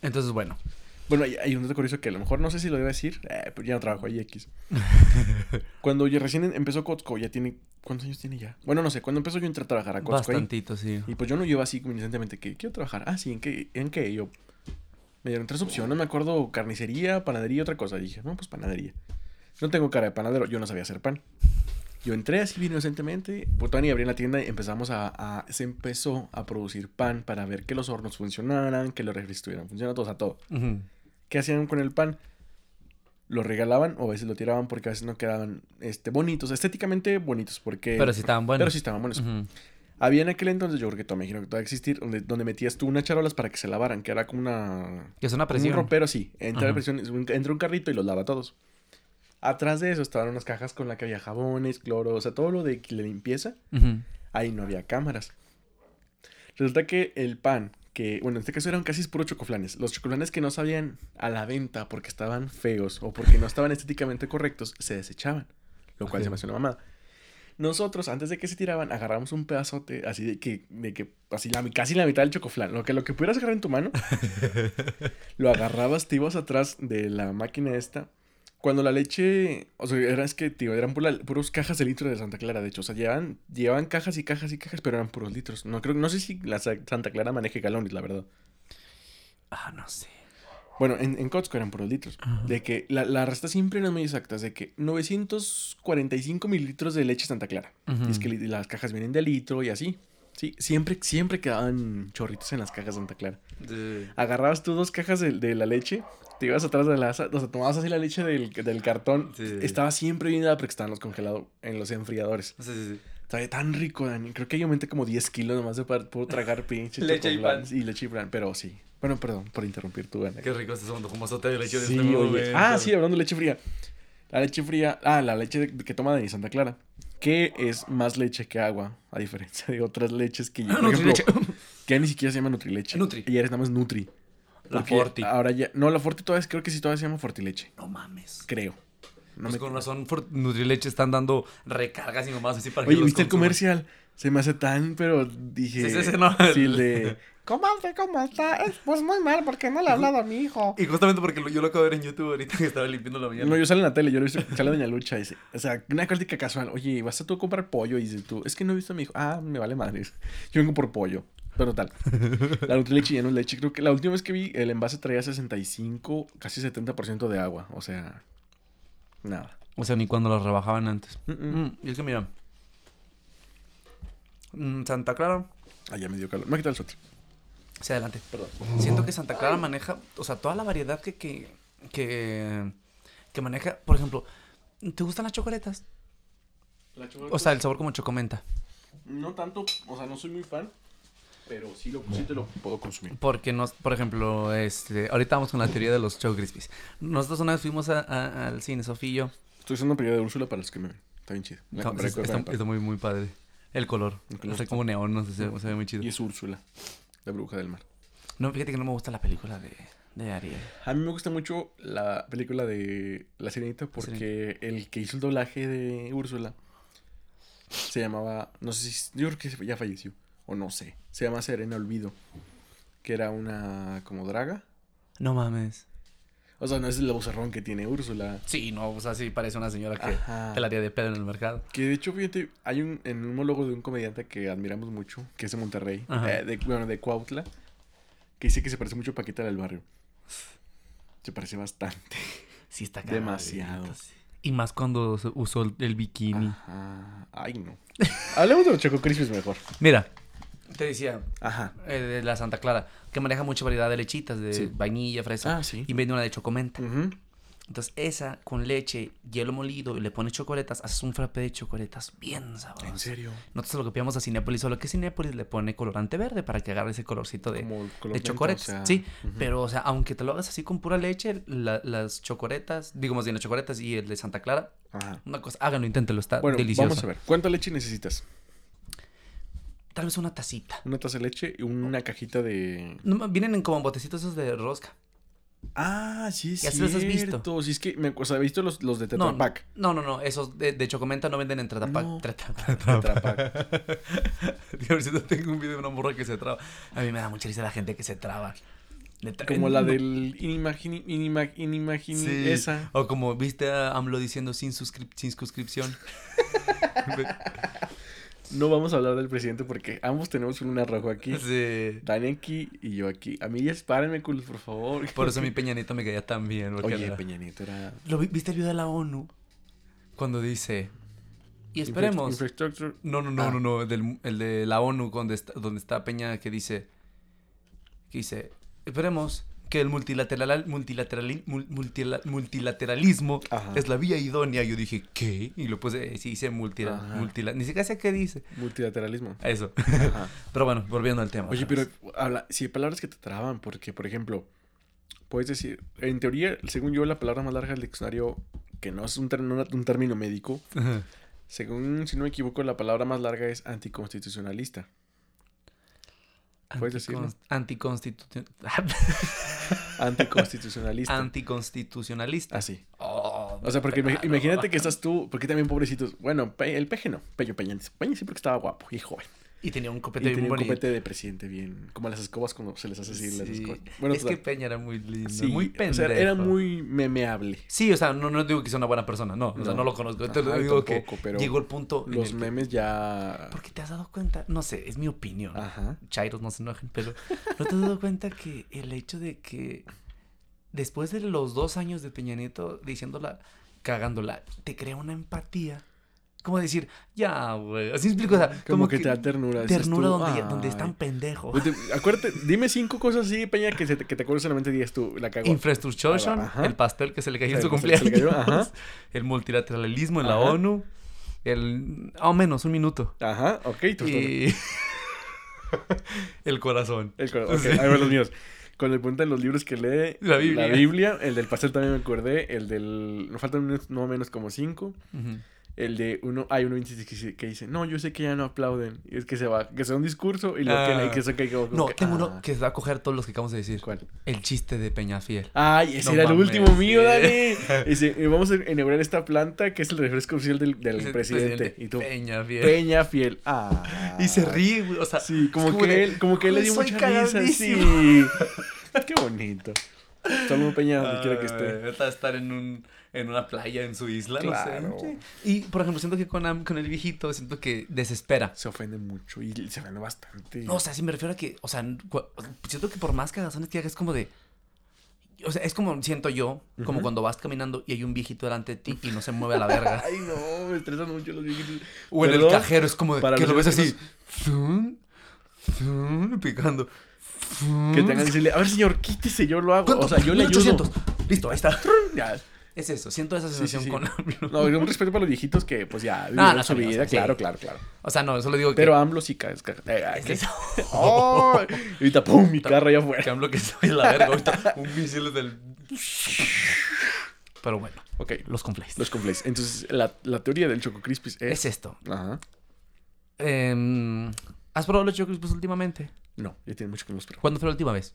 S3: Entonces, bueno.
S4: Bueno, hay, hay un dato curioso que a lo mejor no sé si lo debo decir, eh, pero ya no trabajo ahí X. cuando yo recién em- empezó Costco, ya tiene. ¿Cuántos años tiene ya? Bueno, no sé. Cuando empezó yo entré a trabajar a Costco. ahí.
S3: Bastantito, sí.
S4: Y pues yo no llevo así como incesantemente que quiero trabajar. Ah, sí, ¿en qué? ¿En qué? Y Yo me dieron tres opciones, me acuerdo, carnicería, panadería y otra cosa. Y dije, no, pues panadería. No tengo cara de panadero, yo no sabía hacer pan. Yo entré así bien inocentemente, pues Tony abrí la tienda y empezamos a, a- Se empezó a producir pan para ver que los hornos funcionaran, que los refres estuvieran funcionando, o sea, todo.
S3: Ujú.
S4: ¿Qué hacían con el pan? Lo regalaban o a veces lo tiraban porque a veces no quedaban este, bonitos, estéticamente bonitos, porque...
S3: Pero sí estaban buenos.
S4: Pero sí estaban buenos.
S3: Ujú.
S4: Había en aquel entonces, yo creo que todavía imagino que todavía existir, donde, donde metías tú unas charolas para que se lavaran, que era como una.
S3: Que es una
S4: como un
S3: presión.
S4: ropero así. Entra, la
S3: Ajá.
S4: presión, es un- entra un carrito y los lava a todos. Atrás de eso estaban unas cajas con la que había jabones, cloro, o sea, todo lo de la limpieza.
S3: Ujú.
S4: Ahí no había cámaras. Resulta que el pan, que, bueno, en este caso eran casi puros chocoflanes. Los chocoflanes que no sabían a la venta porque estaban feos o porque no estaban estéticamente correctos, se desechaban. Lo cual
S3: Ok.
S4: se me hace una mamada. Nosotros, antes de que se tiraban, agarramos un pedazote así de que, de que así la, mi- casi la mitad del chocoflan. Lo que, lo que pudieras agarrar en tu mano, lo agarrabas, te ibas atrás de la máquina esta. Cuando la leche, o sea, era, es que, tío, eran pura, puros cajas de litro de Santa Clara, de hecho. O sea, llevaban, llevaban cajas y cajas y cajas, pero eran puros litros. No creo, no sé si la Sa- Santa Clara maneje galones, la verdad.
S3: Ah, no sé.
S4: Bueno, en, en Costco eran puros litros. De que la, la resta siempre eran muy exactas, de que 945 mililitros de leche Santa Clara. Y es
S3: Ujú.
S4: que li- las cajas vienen de litro y así. Sí, siempre, siempre quedaban chorritos en las cajas Santa Clara. Agarrabas tú dos cajas de, de la leche, te ibas atrás de la... asa- O sea, tomabas así la leche del, del cartón.
S3: Sí.
S4: Estaba siempre bien dada porque estaban los congelados en los enfriadores.
S3: Sí, sí,
S4: Sabía tan rico, Dani. Creo que yo aumenté como 10 kilos nomás de par- por tragar pinche
S3: Leche y pan.
S4: chocoblanes Y leche y pan, pero sí. Bueno, perdón por interrumpir tu Dani.
S3: sí. Qué rico este segundo como sote de leche de
S4: Sí,
S3: este
S4: oye.
S3: momento.
S4: Ah, sí, hablando de leche fría. La leche fría, ah, la leche de- que toma Dani Santa Clara, que es más leche que agua, a diferencia de otras leches que yo, por ejemplo,
S3: Ah, Nutrileche.
S4: que ya ni siquiera se llama Nutrileche.
S3: Nutri.
S4: Y ahora nada más Nutri.
S3: La
S4: Porque
S3: Forti.
S4: Ahora ya, no, la Forti todavía, es- creo que sí todavía se llama Fortileche,
S3: No mames.
S4: creo. No
S3: Pues
S4: me-
S3: con razón, Fort- Nutrileche están dando recargas y nomás así para que
S4: Oye,
S3: los
S4: ¿viste el
S3: consuman.
S4: comercial? Se me hace tan, pero dije...
S3: Sí, sí, sí, no.
S4: Sí, el de...
S5: Comadre, ¿cómo está? Es, pues muy mal, porque no le he hablado a mi hijo.
S3: Y justamente porque lo- yo lo acabo de ver en YouTube ahorita que estaba limpiando la mañana.
S4: No, yo sale en la tele, yo lo he visto que sale Doña Lucha. dice, o sea, una crítica casual. Oye, vas a tú a comprar pollo. Y dices tú, es que no he visto a mi hijo. Ah, me vale madre. Yo vengo por pollo. Pero tal. La Nutrileche ya no es leche. Creo que la última vez que vi, el envase traía 65, casi 70% de agua. O sea, nada.
S3: O sea, ni cuando los rebajaban antes.
S4: Mm,
S3: Mm, y es que mira. Mm, Santa Clara.
S4: Ah, ya me dio calor. Me voy a quitar el suéter.
S3: Sí, adelante. Perdón. Siento que Santa Clara maneja, o sea, toda la variedad que, que, que, que maneja. Por ejemplo, ¿te gustan las chocoletas? O sea, el sabor como chocomenta.
S4: no tanto, o sea, no soy muy fan. Pero sí, lo, sí te lo puedo consumir.
S3: Porque nos, por ejemplo, este, ahorita vamos con la teoría de los Choco Crispies. Nosotros una vez fuimos a- a- al cine, Sofía y yo.
S4: Estoy usando película de Úrsula para los que me ven. Está bien chido. La
S3: No,
S4: compré
S3: está,
S4: con
S3: está-
S4: Rampart.
S3: está muy, muy padre. El color.
S4: El color
S3: Está
S4: está-
S3: como neón, no sé, se, se ve muy chido.
S4: Y es Úrsula, la bruja del mar.
S3: No, fíjate que no me gusta la película de, de Ariel.
S4: A mí me gusta mucho la película de La Sirenita porque el que hizo el doblaje de Úrsula se llamaba, no sé si, yo creo que ya falleció, o no sé, se llama Serena Olvido, que era una como draga.
S3: No mames.
S4: O sea, no es el bozarrón que tiene Úrsula.
S3: Sí, no, o sea, sí parece una señora que
S4: Ajá.
S3: te la haría de pedo en el mercado.
S4: Que de hecho, fíjate, hay un, en un monólogo de un comediante que admiramos mucho, que es de Monterrey,
S3: Ajá.
S4: eh, de, bueno, de Cuautla, que dice que se parece mucho a Paquita del Barrio. Se parece bastante.
S3: Sí, está cagadita,
S4: Demasiado.
S3: sí. Y más cuando se usó el- el bikini.
S4: Ajá. Ay, no. Hablemos de los Choco Crispies mejor.
S3: Mira, te decía,
S4: Ajá.
S3: eh, de la Santa Clara, que maneja mucha variedad de lechitas, de
S4: Sí.
S3: vainilla, fresa.
S4: Ah, sí. Mm.
S3: Y vende una de chocomenta.
S4: Ujú.
S3: Entonces, esa con leche, hielo molido y le pones chocoletas, haces un frappé de chocoletas bien sabroso.
S4: En serio.
S3: Nosotros lo copiamos a Cinépolis, solo que Cinépolis le pone colorante verde para que agarre ese colorcito de,
S4: Como el color
S3: de
S4: menta, o
S3: chocoretas.
S4: sea,
S3: sí, pero, o sea, aunque te lo hagas así con pura leche, la- las chocoretas, digo más bien las chocoretas y el de Santa Clara,
S4: Ajá.
S3: una cosa, háganlo, inténtelo, está
S4: Bueno,
S3: Ah, delicioso.
S4: vamos a ver. ¿Cuánta leche necesitas?
S3: Tal vez una tacita.
S4: Una taza de leche y una cajita de.
S3: No, ma- vienen en como botecitos esos de rosca.
S4: Ah, sí, es
S3: Ya se los has visto.
S4: cierto. Sí, es que me, o sea, he visto los, los de Tetra
S3: no,
S4: Pak.
S3: no, no, no, esos de, de chocomenta no venden en Tratapac.
S4: No.
S3: Tetra tengo un video de una morra que se traba. A mí me da mucha risa la gente que se traba. Neta,
S4: Como la
S3: no-
S4: del inimagini, inimag, inimagini,
S3: Sí.
S4: esa.
S3: O como viste a AMLO diciendo sin, suscrip- sin suscripción.
S4: No vamos a hablar del presidente porque ambos tenemos un arrojo aquí.
S3: Sí.
S4: Dani aquí y yo aquí. A mí ya espárenme, culos, por favor.
S3: Por eso mi peñanito me caía tan bien. porque
S4: Oye,
S3: era-
S4: Peña Nieto era...
S3: ¿Lo vi- ¿Viste el video de la ONU? Cuando dice... Y esperemos...
S4: Infrastructure.
S3: No, no, no,
S4: Ah.
S3: no, no. del- el de la ONU, donde está, donde está Peña, que dice. Que dice. Esperemos que el multilateral, multilaterali- mul- multila- multilateralismo
S4: Ajá.
S3: es la vía idónea. Yo dije, ¿qué? Y lo puse, eh, sí, dice multila,
S4: Ajá.
S3: multila- Ni siquiera sé qué dice.
S4: Multilateralismo.
S3: Eso.
S4: Ajá.
S3: pero bueno, volviendo al tema.
S4: Oye,
S3: otra
S4: pero
S3: vez.
S4: habla, sí, hay palabras que te traban, porque, por ejemplo, puedes decir, en teoría, según yo, la palabra más larga del diccionario, que no es un, ter- no- un término médico,
S3: Ajá.
S4: según, si no me equivoco, la palabra más larga es anticonstitucionalista. ¿puedes decirlo?
S3: Anticons- anticonstitu-
S4: Anticonstitucionalista.
S3: Anticonstitucionalista.
S4: Así.
S3: Oh,
S4: O sea, porque
S3: claro.
S4: imag- imagínate que estás tú, porque también pobrecitos. Bueno, Pe- el peje no, Peño Peña. Peña sí porque estaba guapo y joven.
S3: Y tenía un
S4: Y
S3: copete
S4: tenía
S3: bien
S4: un
S3: bonito.
S4: copete de presidente bien, como las escobas cuando se les hace así las
S3: Sí.
S4: escobas.
S3: es que
S4: total.
S3: Peña era muy lindo,
S4: Sí,
S3: muy
S4: o
S3: pendejo.
S4: sea, era muy memeable.
S3: Sí, o sea, no, no digo que sea una buena persona, no. O sea,
S4: No.
S3: no lo conozco. Te lo
S4: Ajá,
S3: digo
S4: tampoco,
S3: que
S4: pero
S3: llegó el punto en
S4: Los
S3: el que-
S4: memes ya...
S3: Porque te has dado cuenta, no sé, es mi opinión.
S4: Ajá.
S3: Chairos no se enojen, pero ¿no te has dado cuenta que el hecho de que después de los dos años de Peña Nieto diciéndola, cagándola, te crea una empatía? Como decir, ya, güey. Así me explico, o sea,
S4: Como, que, te da ternura. dices
S3: ternura
S4: tú,
S3: donde, donde
S4: "Ay".
S3: están pendejos.
S4: Pues te- acuérdate, dime cinco cosas así, Peña, que, se te- que te acuerdas solamente digas tú, la cagó.
S3: Infrastructure,
S4: Ajá.
S3: el pastel que se le cayó en
S4: Se-
S3: su
S4: se le cayó,
S3: cumpleaños,
S4: ajá.
S3: el multilateralismo en la
S4: Ajá.
S3: ONU, el... o menos, un minuto.
S4: Ajá, ok. tú- tú-
S3: Y... el corazón.
S4: El corazón.
S3: Sí.
S4: ahí van los míos. Cuando le preguntan los libros que lee
S3: La Biblia.
S4: Biblia, el del pastel también me acordé, el del... Nos faltan unos, no menos como cinco.
S3: Ujú.
S4: El de uno, hay uno que dice- que dice, no, yo sé que ya no aplauden. Y es que se va, que sea un discurso y lo
S3: Ah.
S4: que, y que se cae como-
S3: No,
S4: que-
S3: tengo
S4: Ah.
S3: uno que se va a coger todos los que acabamos de decir.
S4: ¿Cuál?
S3: El chiste de Peñafiel.
S4: Ay, ese
S3: No
S4: era el
S3: mames,
S4: último mío,
S3: sí.
S4: Dani. Dice, "Eh, vamos a inaugurar esta planta que es el refresco oficial del, del
S3: Ese
S4: presidente. Y tú,
S3: Peñafiel.
S4: Peña Fiel. Ah.
S3: Y se ríe, güey. O sea,
S4: Sí, como,
S3: es
S4: que
S3: de,
S4: él, como que él le dio
S3: "Güey, soy
S4: mucha risa.
S3: cagadísimo".
S4: Sí. Qué bonito. Salmo Peña, donde quiera que
S3: Ay,
S4: esté.
S3: ahorita ah, estar en, un, en una playa en su isla, no sé.
S4: Claro.
S3: Sí. Y, por ejemplo, siento que con, Am- con el viejito, siento que desespera.
S4: Se ofende mucho y se ofende bastante.
S3: No, o sea, sí me refiero a que, o sea, cu- siento que por más cagazones que hagas, como de. O sea, es como siento yo, como cuando vas caminando y hay un viejito delante de ti y no se mueve a la verga.
S4: Ay, no, me estresan mucho los viejitos.
S3: O en el
S4: Perdón,
S3: cajero es como de
S4: para
S3: que
S4: los
S3: lo ves así.
S4: viejitos
S3: Zun, zun, picando.
S4: Que tengan que decirle, a ver, señor, quítese, yo lo hago.
S3: ¿Cuánto?
S4: O sea, yo le ayudo.
S3: 1800. Listo, ahí está.
S4: Ya,
S3: Es eso, siento esa
S4: sí,
S3: sensación
S4: sí.
S3: con.
S4: No, un respeto para los viejitos que, pues ya, vivieron
S3: no,
S4: su
S3: sí, o
S4: vida.
S3: sea, sí.
S4: Claro, claro, claro.
S3: O sea, no, solo digo que.
S4: Pero AMLO sí cae. eh,
S3: es eso.
S4: ¡Oh! Y ahorita, ¡pum! Mi carro allá afuera.
S3: Que hablo que soy la verga ahorita. Un misil del. Pero bueno,
S4: Ok,
S3: los conflays.
S4: los conflictos. Entonces, la, la teoría del Choco Crispis es.
S3: Es esto.
S4: Ajá.
S3: Em, ¿Has probado los Choco Crispies últimamente?
S4: No, ya tiene mucho que no los probé.
S3: ¿Cuándo fue la última vez?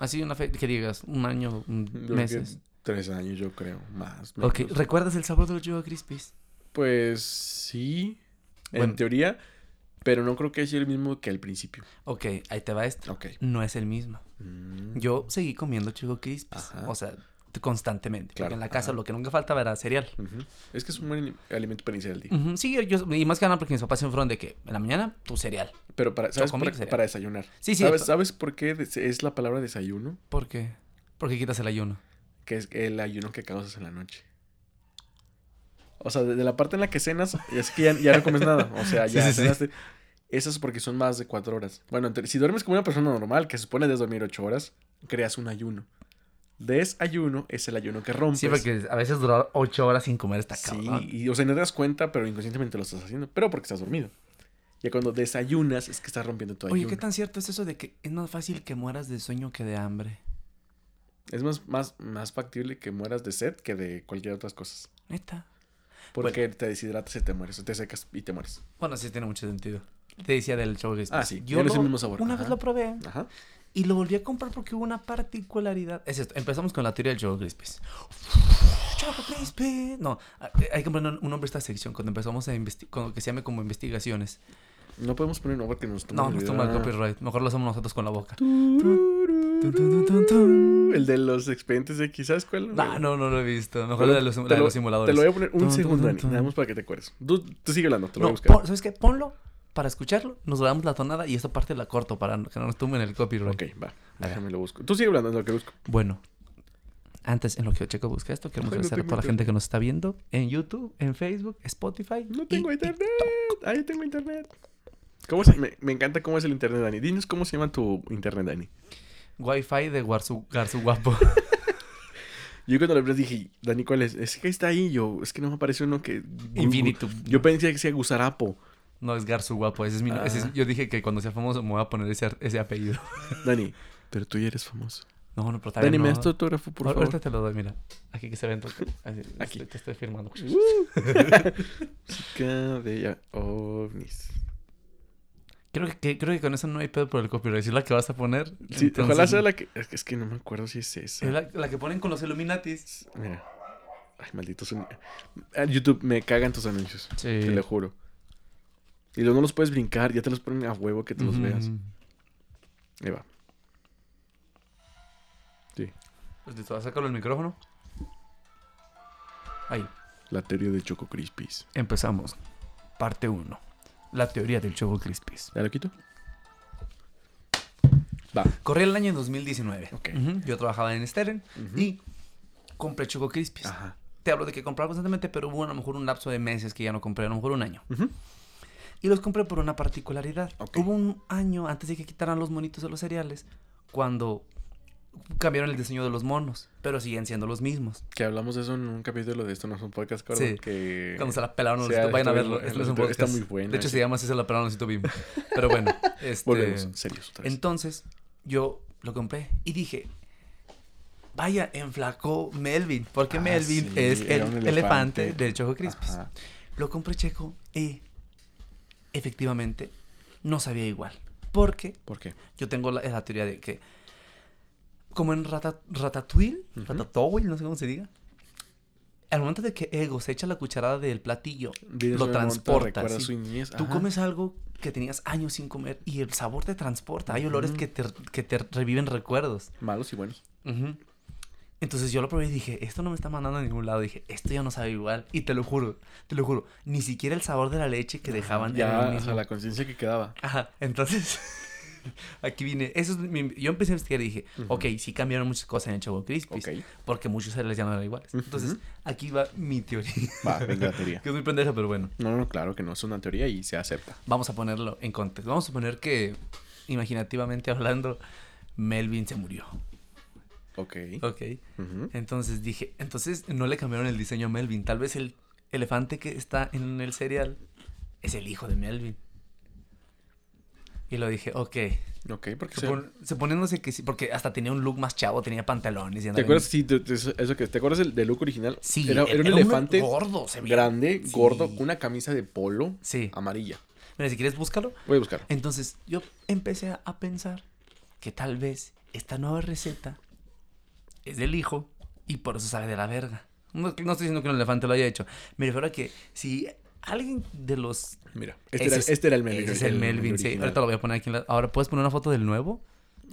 S3: Así una fe que digas, un año, un-
S4: Yo creo que
S3: meses.
S4: Tres años, yo creo. Más. menos.
S3: Ok, ¿recuerdas el sabor de los Choco Crispies?
S4: Pues sí.
S3: Bueno.
S4: En teoría. Pero no creo que sea el mismo que al principio.
S3: Ok, ahí te va esto.
S4: Ok.
S3: No es el mismo.
S4: Mm.
S3: Yo seguí comiendo Choco Crispies.
S4: Ajá.
S3: O sea, constantemente. porque
S4: Claro,
S3: en la casa lo que nunca faltaba era cereal.
S4: Ujú. Es que es un buen alimento para iniciar el día.
S3: Ujú, Sí, yo, y más que nada porque mis papás se fueron de que en la mañana tu cereal.
S4: Pero para, ¿sabes?
S3: Chocomil
S4: Para,
S3: sería.
S4: para desayunar.
S3: Sí, sí,
S4: ¿Sabes,
S3: pa-
S4: ¿Sabes por qué des- es la palabra desayuno?
S3: ¿Por qué? Porque quitas el ayuno.
S4: Que es el ayuno que causas en la noche. O sea, desde la parte en la que cenas, es que ya, ya no comes nada. O sea,
S3: Sí,
S4: ya
S3: sí, sí.
S4: cenaste. Eso es porque son más de cuatro horas. Bueno, entre- si duermes como una persona normal, que se supone debes dormir ocho horas, creas un ayuno. Desayuno es el ayuno que rompes.
S3: Sí, porque a veces durar ocho horas sin comer está
S4: Sí,
S3: cabrón.
S4: y, o sea, no te das cuenta, pero inconscientemente lo estás haciendo. Pero porque estás dormido. Ya cuando desayunas es que estás rompiendo tu ayuno.
S3: Oye, ¿qué tan cierto es eso de que es más fácil que mueras de sueño que de hambre?
S4: Es más, más, más factible que mueras de sed que de cualquier otras cosas.
S3: Neta.
S4: Porque te deshidratas y te mueres. Te secas y te mueres.
S3: Bueno, sí tiene mucho sentido. Te decía del chocolate
S4: Ah,
S3: Space.
S4: sí,
S3: Yo
S4: tiene ese
S3: lo-
S4: mismo sabor,
S3: Una
S4: ajá.
S3: vez lo probé
S4: Ajá.
S3: y lo volví a comprar porque hubo una particularidad. Es esto, empezamos con la teoría del Choco Crispies. Choco Crispies. No, a- hay que poner un nombre a esta sección cuando empezamos a investigar, con lo que se llame como investigaciones.
S4: No podemos poner un porque nos toma
S3: No,
S4: el
S3: nos
S4: video.
S3: toma el copyright. Mejor lo hacemos nosotros con la boca. Tun, tun, tun, tun, tun.
S4: Tururú. El de los expedientes de quizás cuál.
S3: No, no, no lo he visto. Mejor
S4: Te lo-
S3: la de los,
S4: te
S3: la de
S4: lo-
S3: los
S4: Te
S3: simuladores.
S4: lo voy a poner un
S3: Tun, tun,
S4: segundo,
S3: tun,
S4: Dani.
S3: tun.
S4: Nada más para que te acuerdes. Tú, tú sigue hablando, te lo
S3: No,
S4: voy a buscar.
S3: pon- ¿sabes qué? Ponlo para escucharlo. Nos damos la tonada y esta parte la corto para que no nos tumben el copyright.
S4: Ok, va. Déjame lo busco. Tú sigue hablando de lo que busco.
S3: Bueno, antes en lo que yo checo busca esto, queremos
S4: Ay, no
S3: agradecer a
S4: tengo
S3: toda la
S4: internet.
S3: gente que nos está viendo en YouTube, en Facebook, Spotify.
S4: No
S3: y-
S4: tengo internet. Ahí tengo internet. ¿Cómo se- me, me encanta cómo es el internet, Dani. Dinos cómo se llama tu internet, Dani.
S3: Wi-Fi de Guarzu, Garzu Guapo.
S4: Yo cuando lo abrí dije, Dani, ¿cuál es? Es que está ahí yo. Es que no me aparece uno que...
S3: Infinitum.
S4: Yo pensé que sea Gusarapo.
S3: No es Garzu Guapo, ese es mi no- ese es-
S4: Ah.
S3: Yo dije que cuando sea famoso me voy a poner ese, ar- ese apellido.
S4: Dani, pero tú ya eres famoso.
S3: No, no, pero todavía
S4: Dani,
S3: no.
S4: me das tu autógrafo, por
S3: Ahor-
S4: favor.
S3: Ahorita te lo doy, mira. Aquí que se ven.
S4: Aquí. Uh.
S3: Aquí. Te estoy firmando.
S4: Chica de ya- ovnis.
S3: Creo que- que, creo que con eso no hay pedo por el copyright. Si es la que vas a poner.
S4: Sí,
S3: entonces-
S4: ojalá sea la que... Es que, es que no me acuerdo si es esa.
S3: Es la, la que ponen con los Illuminatis.
S4: Mira. Ay, malditos... un- Ah, YouTube, me cagan tus anuncios.
S3: Sí.
S4: Te lo juro. Y luego no los puedes brincar. Ya te los ponen a huevo que te los veas. Ahí va. Sí.
S3: Pues listo, sácalo el micrófono. Ahí,
S4: La teoría de Choco Crispies.
S3: empezamos. Parte 1. La teoría del Choco Crispies.
S4: ¿Ya lo quito? Va.
S3: Corría el año 2019.
S4: Ok.
S3: Ujú, Yo trabajaba en Steren y compré Choco Crispies.
S4: Ajá.
S3: Te hablo de que compraba constantemente, pero hubo a lo mejor un lapso de meses que ya no compré, a lo mejor un año.
S4: Ujú.
S3: Y los compré por una particularidad.
S4: Ok.
S3: Hubo un año antes de que quitaran los monitos de los cereales cuando cambiaron el diseño de los monos, pero siguen siendo los mismos.
S4: Que hablamos de eso en un capítulo de Esto no es un podcast, claro.
S3: Sí.
S4: Que...
S3: Cuando se la pelaron,
S4: Sí, ah,
S3: los YouTube,
S4: está
S3: vayan a
S4: muy
S3: verlo.
S4: bueno,
S3: es- es un
S4: está- está
S3: podcast.
S4: muy bueno
S3: De hecho,
S4: ese.
S3: se llama Si se la pelaron, los Bim. Pero bueno, este,
S4: Volvemos, serios otra vez.
S3: entonces yo lo compré y dije: Vaya, enflacó Melvin. Porque
S4: Ah,
S3: Melvin
S4: sí,
S3: es el
S4: era un
S3: elefante,
S4: elefante.
S3: del Choco Crispis.
S4: Ajá.
S3: Lo compré checo y efectivamente no sabía igual. Porque
S4: ¿Por qué?
S3: yo tengo la, la teoría de que, como en Rata- Ratatouille, Ratatouille, no sé cómo se diga, al momento de que Ego se echa la cucharada del platillo,
S4: Vives
S3: lo
S4: una monta,
S3: transporta.
S4: recuerdas
S3: sí.
S4: su niñez,
S3: Tú
S4: ajá.
S3: comes algo que tenías años sin comer y el sabor te transporta. Hay olores que, te, que te reviven recuerdos.
S4: Malos y buenos.
S3: Ujú. Entonces yo lo probé y dije, esto no me está mandando a ningún lado. Dije, esto ya no sabe igual. Y te lo juro, te lo juro, ni siquiera el sabor de la leche que dejaban era lo
S4: Ya, o
S3: mismo.
S4: sea, la conciencia que quedaba.
S3: Ajá, entonces aquí vine. Eso es mi- yo empecé a investigar y dije, ok, sí cambiaron muchas cosas en el Choco Crispis.
S4: Ok.
S3: Porque muchos cereales ya no eran iguales. Entonces, aquí va mi teoría.
S4: Va, venga la teoría.
S3: que es muy pendeja, pero bueno.
S4: No, no, claro que no es una teoría y se acepta.
S3: Vamos a ponerlo en contexto. Vamos a poner que, imaginativamente hablando, Melvin se murió.
S4: Ok.
S3: Ok.
S4: Ujú.
S3: Entonces dije, entonces no le cambiaron el diseño a Melvin. Tal vez el elefante que está en el cereal es el hijo de Melvin. Y lo dije, ok.
S4: Ok, porque... se-
S3: Supon- Suponiéndose que sí, porque hasta tenía un look más chavo, tenía pantalones y
S4: ¿Te
S3: andaba
S4: acuerdas?
S3: bien-
S4: Sí, te, te- eso eso que... ¿Te acuerdas del, del look original?
S3: Sí,
S4: Era,
S3: era-
S4: era un
S3: era uno
S4: elefante
S3: gordo, se veía.
S4: grande,
S3: Sí.
S4: gordo, con una camisa de polo
S3: Sí. Eh,
S4: amarilla.
S3: Mira, si quieres, búscalo.
S4: Voy a buscarlo.
S3: Entonces, yo empecé a- a pensar que tal vez esta nueva receta es del hijo y por eso sabe de la verga. No, no estoy diciendo que un elefante lo haya hecho. Me refiero a que si alguien de los
S4: Mira, este,
S3: Ese
S4: era,
S3: es-
S4: este era el Melvin.
S3: Ese es
S4: ori-
S3: el Melvin, sí.
S4: original.
S3: Ahorita lo voy a poner aquí. en la- Ahora, ¿puedes poner una foto del nuevo?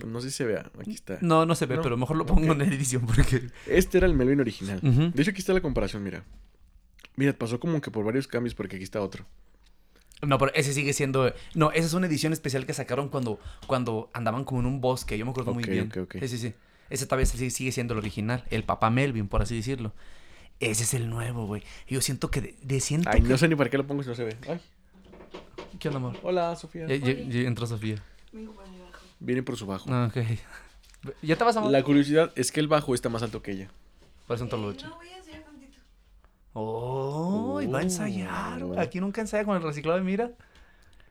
S4: No sé si se vea. Aquí está.
S3: No, no se ve, pero mejor lo pongo en la edición porque.
S4: Este era el Melvin original.
S3: Ujú.
S4: De hecho, aquí está la comparación, mira. Mira, pasó como que por varios cambios porque aquí está otro.
S3: No, pero ese sigue siendo. No, esa es una edición especial que sacaron cuando, cuando andaban como en un bosque. Yo me acuerdo
S4: Ok,
S3: muy bien.
S4: ok, ok.
S3: Sí, sí, sí. Ese todavía sigue sigue siendo el original. El papá Melvin, por así decirlo. Ese es el nuevo, güey. Y Yo siento que. De, de siento
S4: Ay,
S3: que-
S4: no sé ni para qué lo pongo si no se ve. Ay,
S3: ¿Qué onda, amor?
S4: hola, Sofía.
S3: Ya- ya- ya entró Sofía.
S4: Viene por su bajo.
S3: Ah, ok. ¿Ya te vas, amor?
S4: La curiosidad es que el bajo está más alto que ella.
S3: Parece un toloche.
S6: Eh, No voy a enseñar tantito.
S3: ¡Oh! y va a ensayar, güey. Aquí nunca ensaya con el reciclado de mira.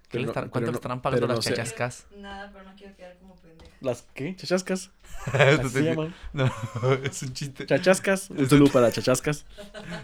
S3: ¿Qué
S4: Pero
S3: le
S4: no-
S3: estarán-
S4: pero
S3: ¿Cuánto
S4: no-
S3: le estarán pagando
S4: pero
S3: las
S4: no sé.
S3: chachascas?
S6: Nada, pero no quiero quedar como pendeja.
S4: ¿Las qué? ¿Chachascas? Así se
S3: no,
S4: llaman.
S3: es un chiste.
S4: Chachascas.
S3: Este
S4: Un saludo para chachascas.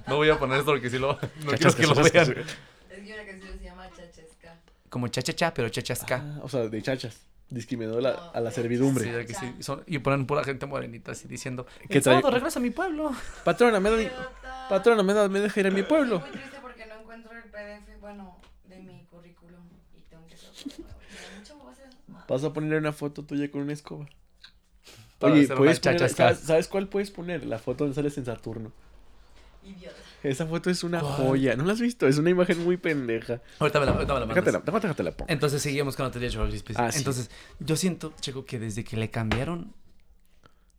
S3: No voy a poner esto porque sí lo No quiero
S4: Chachascas,
S3: que lo
S4: chachascas.
S3: vean.
S6: Es que una canción se llama Chachesca.
S3: Como cha-cha-cha, pero cha-chasca.
S4: Ah, o sea, de chachas. Discriminó la- a la
S3: Sí,
S4: servidumbre.
S3: de que sí. Son- y ponen pura gente morenita así diciendo:
S4: ¿Qué
S3: El sábado
S4: trae-
S3: regreso a mi pueblo.
S4: Patrona, me, da-
S6: Idiota.
S4: patrona, me, da- me deja ir a mi
S6: Estoy
S4: pueblo.
S6: muy triste porque no encuentro el PDF, bueno, de mi currículum. Y tengo que hacerlo. Me da mucha voz esa madre.
S4: Vas a ponerle una foto tuya con una escoba.
S3: Para
S4: Oye,
S3: hacer una
S4: puedes poner,
S3: chachasca.
S4: ¿sabes, sabes cuál puedes poner? La foto donde sales en Saturno.
S6: Idiota.
S4: Esa foto es una
S3: ¿Cuál?
S4: joya. ¿No la has visto? Es una imagen muy pendeja.
S3: Ahorita me la, ahorita me la mandas.
S4: Déjatela, déjate, déjatela. pongo.
S3: Entonces seguimos con la teoría de Charles Dickens.
S4: Ah, sí.
S3: Entonces, yo siento, Checo, que desde que le cambiaron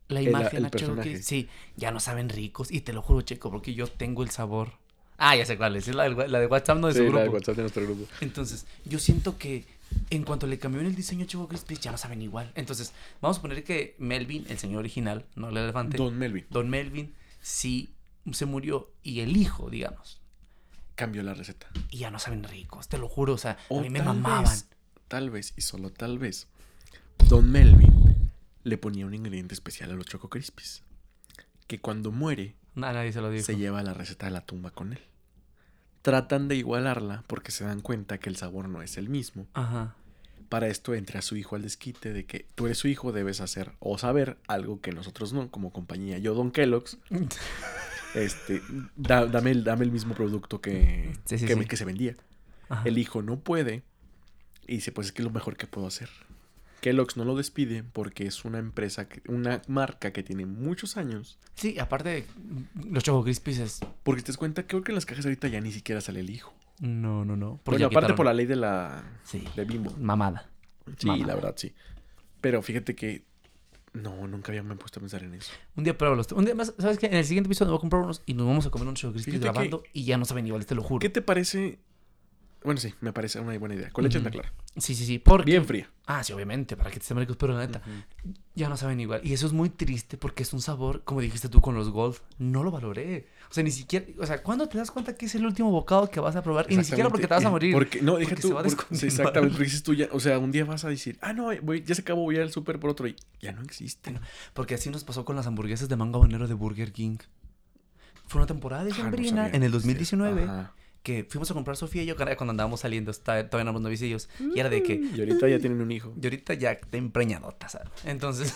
S3: la
S4: El-
S3: imagen
S4: el
S3: a Checo,
S4: personaje.
S3: que- sí, ya no saben ricos. Y te lo juro, Checo, porque yo tengo el sabor. Ah, ya sé cuál es. Es la, del wa- la de WhatsApp, no de
S4: Sí,
S3: su
S4: la
S3: grupo.
S4: de WhatsApp de nuestro grupo.
S3: Entonces, yo siento que en cuanto le cambiaron el diseño a Checo Crispy, ya no saben igual. Entonces, vamos a poner que Melvin, el señor original, no el elefante, don,
S4: Don Melvin
S3: Melvin, sí se murió y el hijo, digamos,
S4: cambió la receta.
S3: y ya no saben ricos, te lo juro. O sea,
S4: O
S3: a mí me
S4: Oh, tal
S3: mamaban.
S4: vez, tal vez, y solo tal vez, Don Melvin le ponía un ingrediente especial a los Choco Crispies. Que cuando muere,
S3: Nah, Ah, nadie se lo dijo.
S4: se lleva la receta de la tumba con él. Tratan de igualarla porque se dan cuenta que el sabor no es el mismo.
S3: Ajá.
S4: Para esto entra su hijo al desquite de que tú eres su hijo, debes hacer o saber algo que nosotros no, como compañía. Yo, Don Kellogg's, este, da- dame, el, dame el mismo producto que,
S3: Sí, sí,
S4: que,
S3: sí.
S4: que se vendía.
S3: Ajá.
S4: El hijo no puede y dice, pues es que es lo mejor que puedo hacer. Kellogg's no lo despide porque es una empresa, que- una marca que tiene muchos años.
S3: Sí, aparte, los Choco Crispies es...
S4: Porque te das cuenta, creo que en las cajas ahorita ya ni siquiera sale el hijo.
S3: No, no, no.
S4: Bueno,
S3: ya
S4: aparte por la
S3: quitaron-
S4: ley de la
S3: Sí,
S4: de Bimbo.
S3: mamada.
S4: Sí,
S3: Mamá.
S4: la verdad, sí. Pero fíjate que no, nunca había me puesto a pensar en eso.
S3: Un día pruébalos. Un día más, ¿sabes qué? En el siguiente episodio me voy a comprar unos y nos vamos a comer unos Choco Crispies
S4: Fíjate que-
S3: grabando y ya no saben igual, te lo juro.
S4: ¿Qué te parece? Bueno, sí, me parece una buena idea. Con leche
S3: Ujú.
S4: está clara.
S3: Sí, sí, sí. Porque...
S4: Bien fría.
S3: Ah, sí, obviamente, para que te estén ricos, pero la neta, ya no saben igual. Y eso es muy triste porque es un sabor, como dijiste tú con los golf, no lo valoré. O sea, ni siquiera, o sea, ¿cuándo te das cuenta que es el último bocado que vas a probar? Y ni siquiera porque te vas a
S4: Exactamente.
S3: morir.
S4: Porque, no, deja
S3: porque
S4: tú.
S3: se va a
S4: porque- sí,
S3: descontinuar.
S4: exactamente. Porque dices tú ya, o sea, un día vas a decir, ah, no, voy, ya se acabó, voy al súper por otro. Y ya no existe.
S3: Porque así nos pasó con las hamburguesas de mango habanero de Burger King. Fue una temporada de
S4: Ah, no
S3: sembrina
S4: sabía
S3: en el
S4: que existía.
S3: 2019
S4: Ajá.
S3: que fuimos a comprar Sofía y yo caray, cuando andábamos saliendo, está- todavía éramos novicillos. Y era de que
S4: Y ahorita ya tienen un hijo.
S3: y ahorita ya te empreñadota, ¿sabes? Entonces.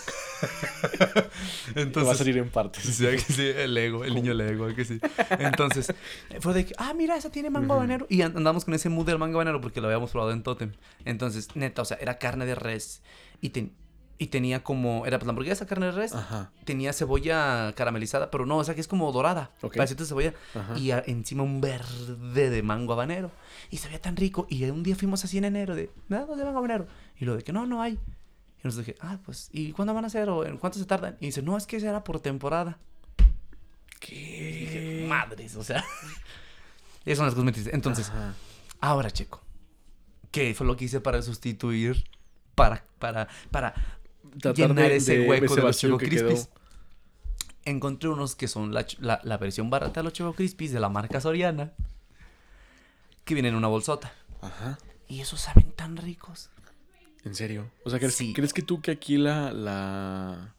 S4: Te va a
S3: Entonces.
S4: salir en partes.
S3: Sí, que sí, el ego, el niño Lego, que sí. Entonces, eh, fue de que, ah, mira, esa tiene mango habanero. Y an- andamos con ese mood del mango habanero porque lo habíamos probado en Totem. Entonces, neta, o sea, era carne de res. Y, ten- y tenía como, era pues, la hamburguesa, carne de res.
S4: Ajá.
S3: Tenía cebolla caramelizada, pero no, o sea, que es como dorada.
S4: Ok.
S3: Pedacito de cebolla.
S4: Ajá.
S3: Y a- encima un verde de mango habanero. Y sabía tan rico. Y un día fuimos así en enero de, nada, de mango habanero. Y lo de que no, no hay. Y nos dije, ah, pues, ¿y cuándo van a hacer? ¿O en cuánto se tardan? Y dice, no, es que será por temporada.
S4: ¿Qué?
S3: Madres, o sea. Esas son las cosas muy tristes. Entonces,
S4: Ajá.
S3: ahora checo. ¿Qué fue lo que hice para sustituir? Para, para, para
S4: Tratar
S3: llenar
S4: de-
S3: ese
S4: de
S3: hueco
S4: ese
S3: de los
S4: vacío
S3: Choco
S4: que quedó.
S3: Crispies. Encontré unos que son la, ch- la- la versión barata de los Choco Crispies de la marca Soriana. Que vienen en una bolsota.
S4: Ajá.
S3: Y esos saben tan ricos.
S4: ¿En serio? O sea, ¿crees,
S3: Sí.
S4: crees que tú que aquí la, la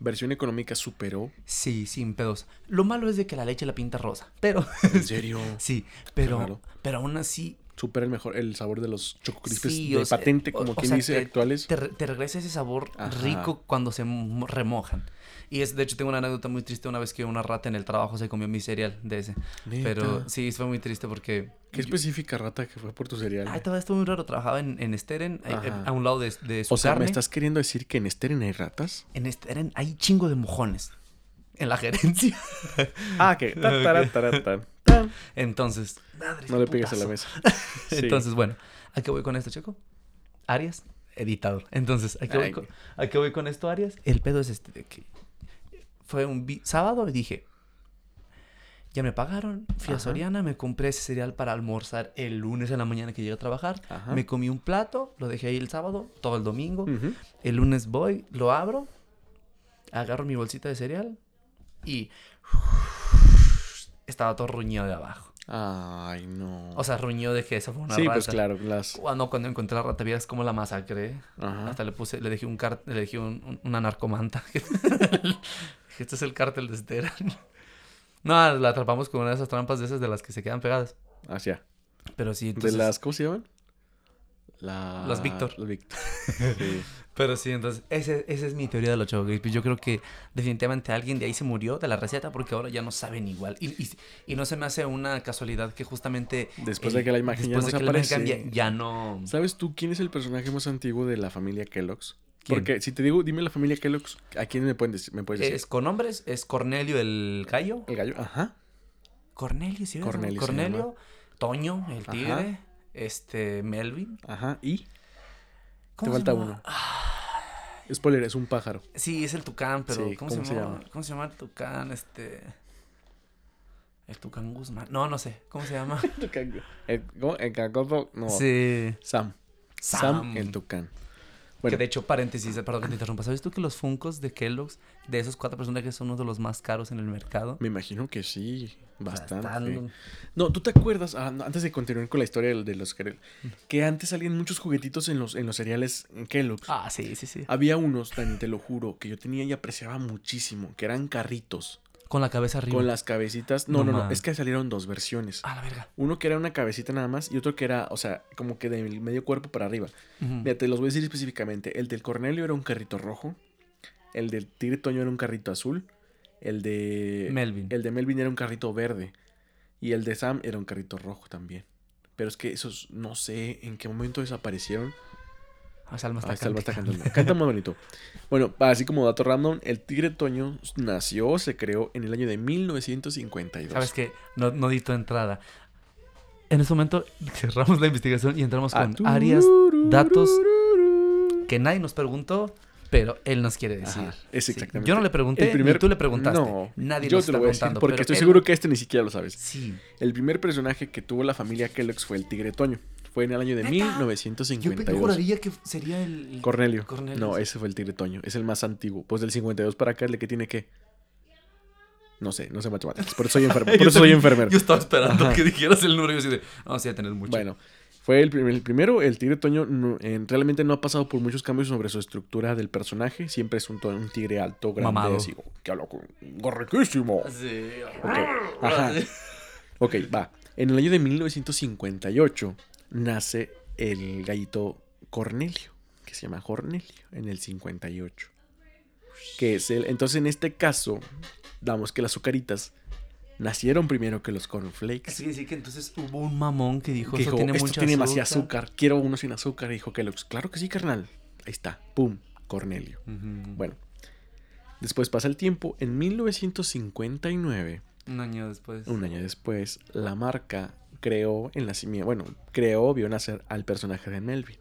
S4: versión económica superó?
S3: Sí, sin pedos. Lo malo es de que la leche la pinta rosa. Pero
S4: ¿En serio?
S3: Sí,
S4: raro.
S3: pero, pero aún así,
S4: supera el mejor el sabor de los choco crispes
S3: Sí,
S4: de
S3: o sea,
S4: patente,
S3: o-
S4: como
S3: o
S4: quien
S3: sea,
S4: dice,
S3: te-
S4: actuales.
S3: Te, re- te regresa ese sabor
S4: Ajá.
S3: rico cuando se mo- remojan. Y es, de hecho, tengo una anécdota muy triste una vez que una rata en el trabajo se comió mi cereal de ese.
S4: Neta.
S3: Pero sí, fue muy triste porque...
S4: Qué específica rata que fue por tu cereal.
S3: Ay, todavía estuvo muy raro. Trabajaba en, en Steren, ahí-
S4: Ajá.
S3: a un lado de, de su
S4: o sea,
S3: carne.
S4: ¿me estás queriendo decir que en Steren hay ratas?
S3: En Steren hay chingo de mojones en la gerencia.
S4: Ah, que. ta, tara, tara, tan.
S3: Entonces, madre,
S4: No
S3: qué
S4: le pegues a la
S3: putazo.
S4: mesa. Sí.
S3: Entonces, bueno, ¿a qué voy con esto, Checo? Arias, editador. Entonces, ¿a qué, voy
S4: Ay,
S3: con,
S4: güey.
S3: a qué voy con esto, Arias? El pedo es este de que fue un vi- sábado y dije, ya me pagaron, fui a
S4: Ajá.
S3: Soriana, me compré ese cereal para almorzar el lunes en la mañana que llegué a trabajar,
S4: Ajá. Mm.
S3: me comí un plato, lo dejé ahí el sábado, todo el domingo,
S4: Ujú.
S3: el lunes voy, lo abro, agarro mi bolsita de cereal y estaba todo ruñido de abajo.
S4: Ay, no.
S3: O sea, ruñido de que eso fue una
S4: sí, pues
S3: rata.
S4: claro, las.
S3: Cuando, cuando encontré a la rata, vieras como la masacré.
S4: Ajá.
S3: Hasta le puse, le dejé un car- le dejé un- un- una narcomanta. Dije, este es el cártel de Estera. No, la atrapamos con una de esas trampas de esas de las que se quedan pegadas.
S4: Hacia.
S3: Pero sí,
S4: ¿De
S3: entonces.
S4: las. ¿Cómo se llaman? La-
S3: Las Víctor.
S4: Las Víctor. Sí.
S3: Pero sí, entonces, ese- esa es mi teoría de los Choco Crispy. Yo creo que definitivamente alguien de ahí se murió de la receta porque ahora ya no saben igual. Y, y- y no se me hace una casualidad que justamente. eh,
S4: Después de que la imagen ya
S3: después
S4: no se
S3: de que la imagen
S4: aparece.
S3: ya, ya no.
S4: ¿Sabes tú quién es el personaje más antiguo de la familia Kellogg's?
S3: ¿Quién?
S4: Porque si te digo, dime la familia Kellogg's, ¿a quién me, pueden decir- me puedes decir?
S3: Es con nombres, es Cornelio el Gallo.
S4: El gallo, ajá.
S3: Cornelio, sí, ¿verdad?
S4: Cornelio
S3: Cornelio,
S4: se
S3: Toño, el
S4: Ajá.
S3: tigre, este, Melvin.
S4: Ajá, y
S3: ¿Cómo
S4: te
S3: se
S4: falta
S3: llama?
S4: uno.
S3: Ah,
S4: Spoiler, es un pájaro.
S3: Sí, es el tucán, pero
S4: Sí,
S3: ¿cómo, se, llama? ¿Cómo se llama el tucán? Este... El tucán Guzmán. No, no sé. ¿Cómo se llama?
S4: El, ¿cómo? El cangrejo, no.
S3: sí.
S4: Sam. Sam.
S3: Sam.
S4: el tucán.
S3: Que
S4: Bueno,
S3: de hecho, paréntesis, perdón que te interrumpa. ¿Sabes tú que los Funcos de Kellogg's, de esos cuatro personajes, son uno de los más caros en el mercado?
S4: me imagino que sí, bastante.
S3: Bastante.
S4: No, ¿tú te acuerdas? Ah, no, antes de continuar con la historia de de los Kellogg's, que antes salían muchos juguetitos en los, en los cereales en Kellogg's.
S3: Ah, sí, sí, sí.
S4: Había unos, Dani, te lo juro, que yo tenía y apreciaba muchísimo, que eran carritos.
S3: Con la cabeza arriba.
S4: Con las cabecitas. No,
S3: No
S4: no, no.
S3: mames.
S4: Es que salieron dos versiones.
S3: Ah, la verga.
S4: Uno que era una cabecita nada más y otro que era, o sea, como que del medio cuerpo para arriba.
S3: Ujú.
S4: Mira, te los voy a decir específicamente. El del Cornelio era un carrito rojo. El del Tigre Toño era un carrito azul. El de.
S3: Melvin.
S4: El de Melvin era un carrito verde. Y el de Sam era un carrito rojo también. Pero es que esos, no sé en qué momento desaparecieron.
S3: Ah, Salma está
S4: Ah, Salma está
S3: cantando.
S4: cantando. Canta muy bonito. Bueno, así como dato random, el Tigre Toño nació, se creó en el año de 1952.
S3: Sabes que no, no di tu entrada. En ese momento cerramos la investigación y entramos
S4: Ah,
S3: con
S4: tú-
S3: áreas, datos que nadie nos preguntó, pero él nos quiere decir.
S4: Ajá, es
S3: Sí,
S4: exactamente.
S3: Yo no le pregunté,
S4: El primer-
S3: ni tú le preguntaste.
S4: No,
S3: nadie
S4: yo
S3: nos
S4: te
S3: está
S4: lo voy a decir
S3: contando.
S4: porque
S3: pero
S4: estoy
S3: él-
S4: seguro que este ni siquiera lo sabes.
S3: Sí.
S4: El primer personaje que tuvo la familia Kellogg's fue el Tigre Toño. Fue en el año de
S3: ¿Neta? Yo, pe- yo
S4: 1952.
S3: juraría que sería el... el-
S4: Cornelio.
S3: Cornelio,
S4: No,
S3: sí.
S4: ese fue el Tigre Toño. Es el más antiguo. Pues del 52 para acá, ¿el que tiene qué? No sé, no sé matemáticas. Por eso soy enfermo. Por
S3: Yo
S4: eso soy
S3: también-
S4: enfermero.
S3: Yo estaba esperando
S4: Ajá.
S3: que dijeras el número y yo así de... No, sí, a tener mucho.
S4: Bueno, fue el, prim- el primero. El tigre Toño no- en- realmente no ha pasado por muchos cambios sobre su estructura del personaje. Siempre es un, to- un tigre alto, grande,
S3: Mamado.
S4: así. oh, ¡Qué loco! ¡Gorriquísimo!
S3: Sí. Ah,
S4: Ok, ajá. Ok, va. En el año de 1958 nace el gallito Cornelio, que se llama Cornelio, en el 58. Que es el. Entonces, en este caso, damos que las azucaritas nacieron primero que los cornflakes.
S3: Sí, sí, que entonces hubo un mamón que dijo...
S4: Que
S3: eso
S4: dijo,
S3: tiene
S4: esto
S3: mucha
S4: tiene demasiado azúcar, quiero uno sin azúcar. Y dijo Kellogg's, claro que sí, carnal. Ahí está, pum, Cornelio.
S3: Ujú.
S4: Bueno, después pasa el tiempo. En 1959,
S3: Un año después.
S4: un año después, la marca creó en la simia- bueno, creó, vio nacer al personaje de Melvin.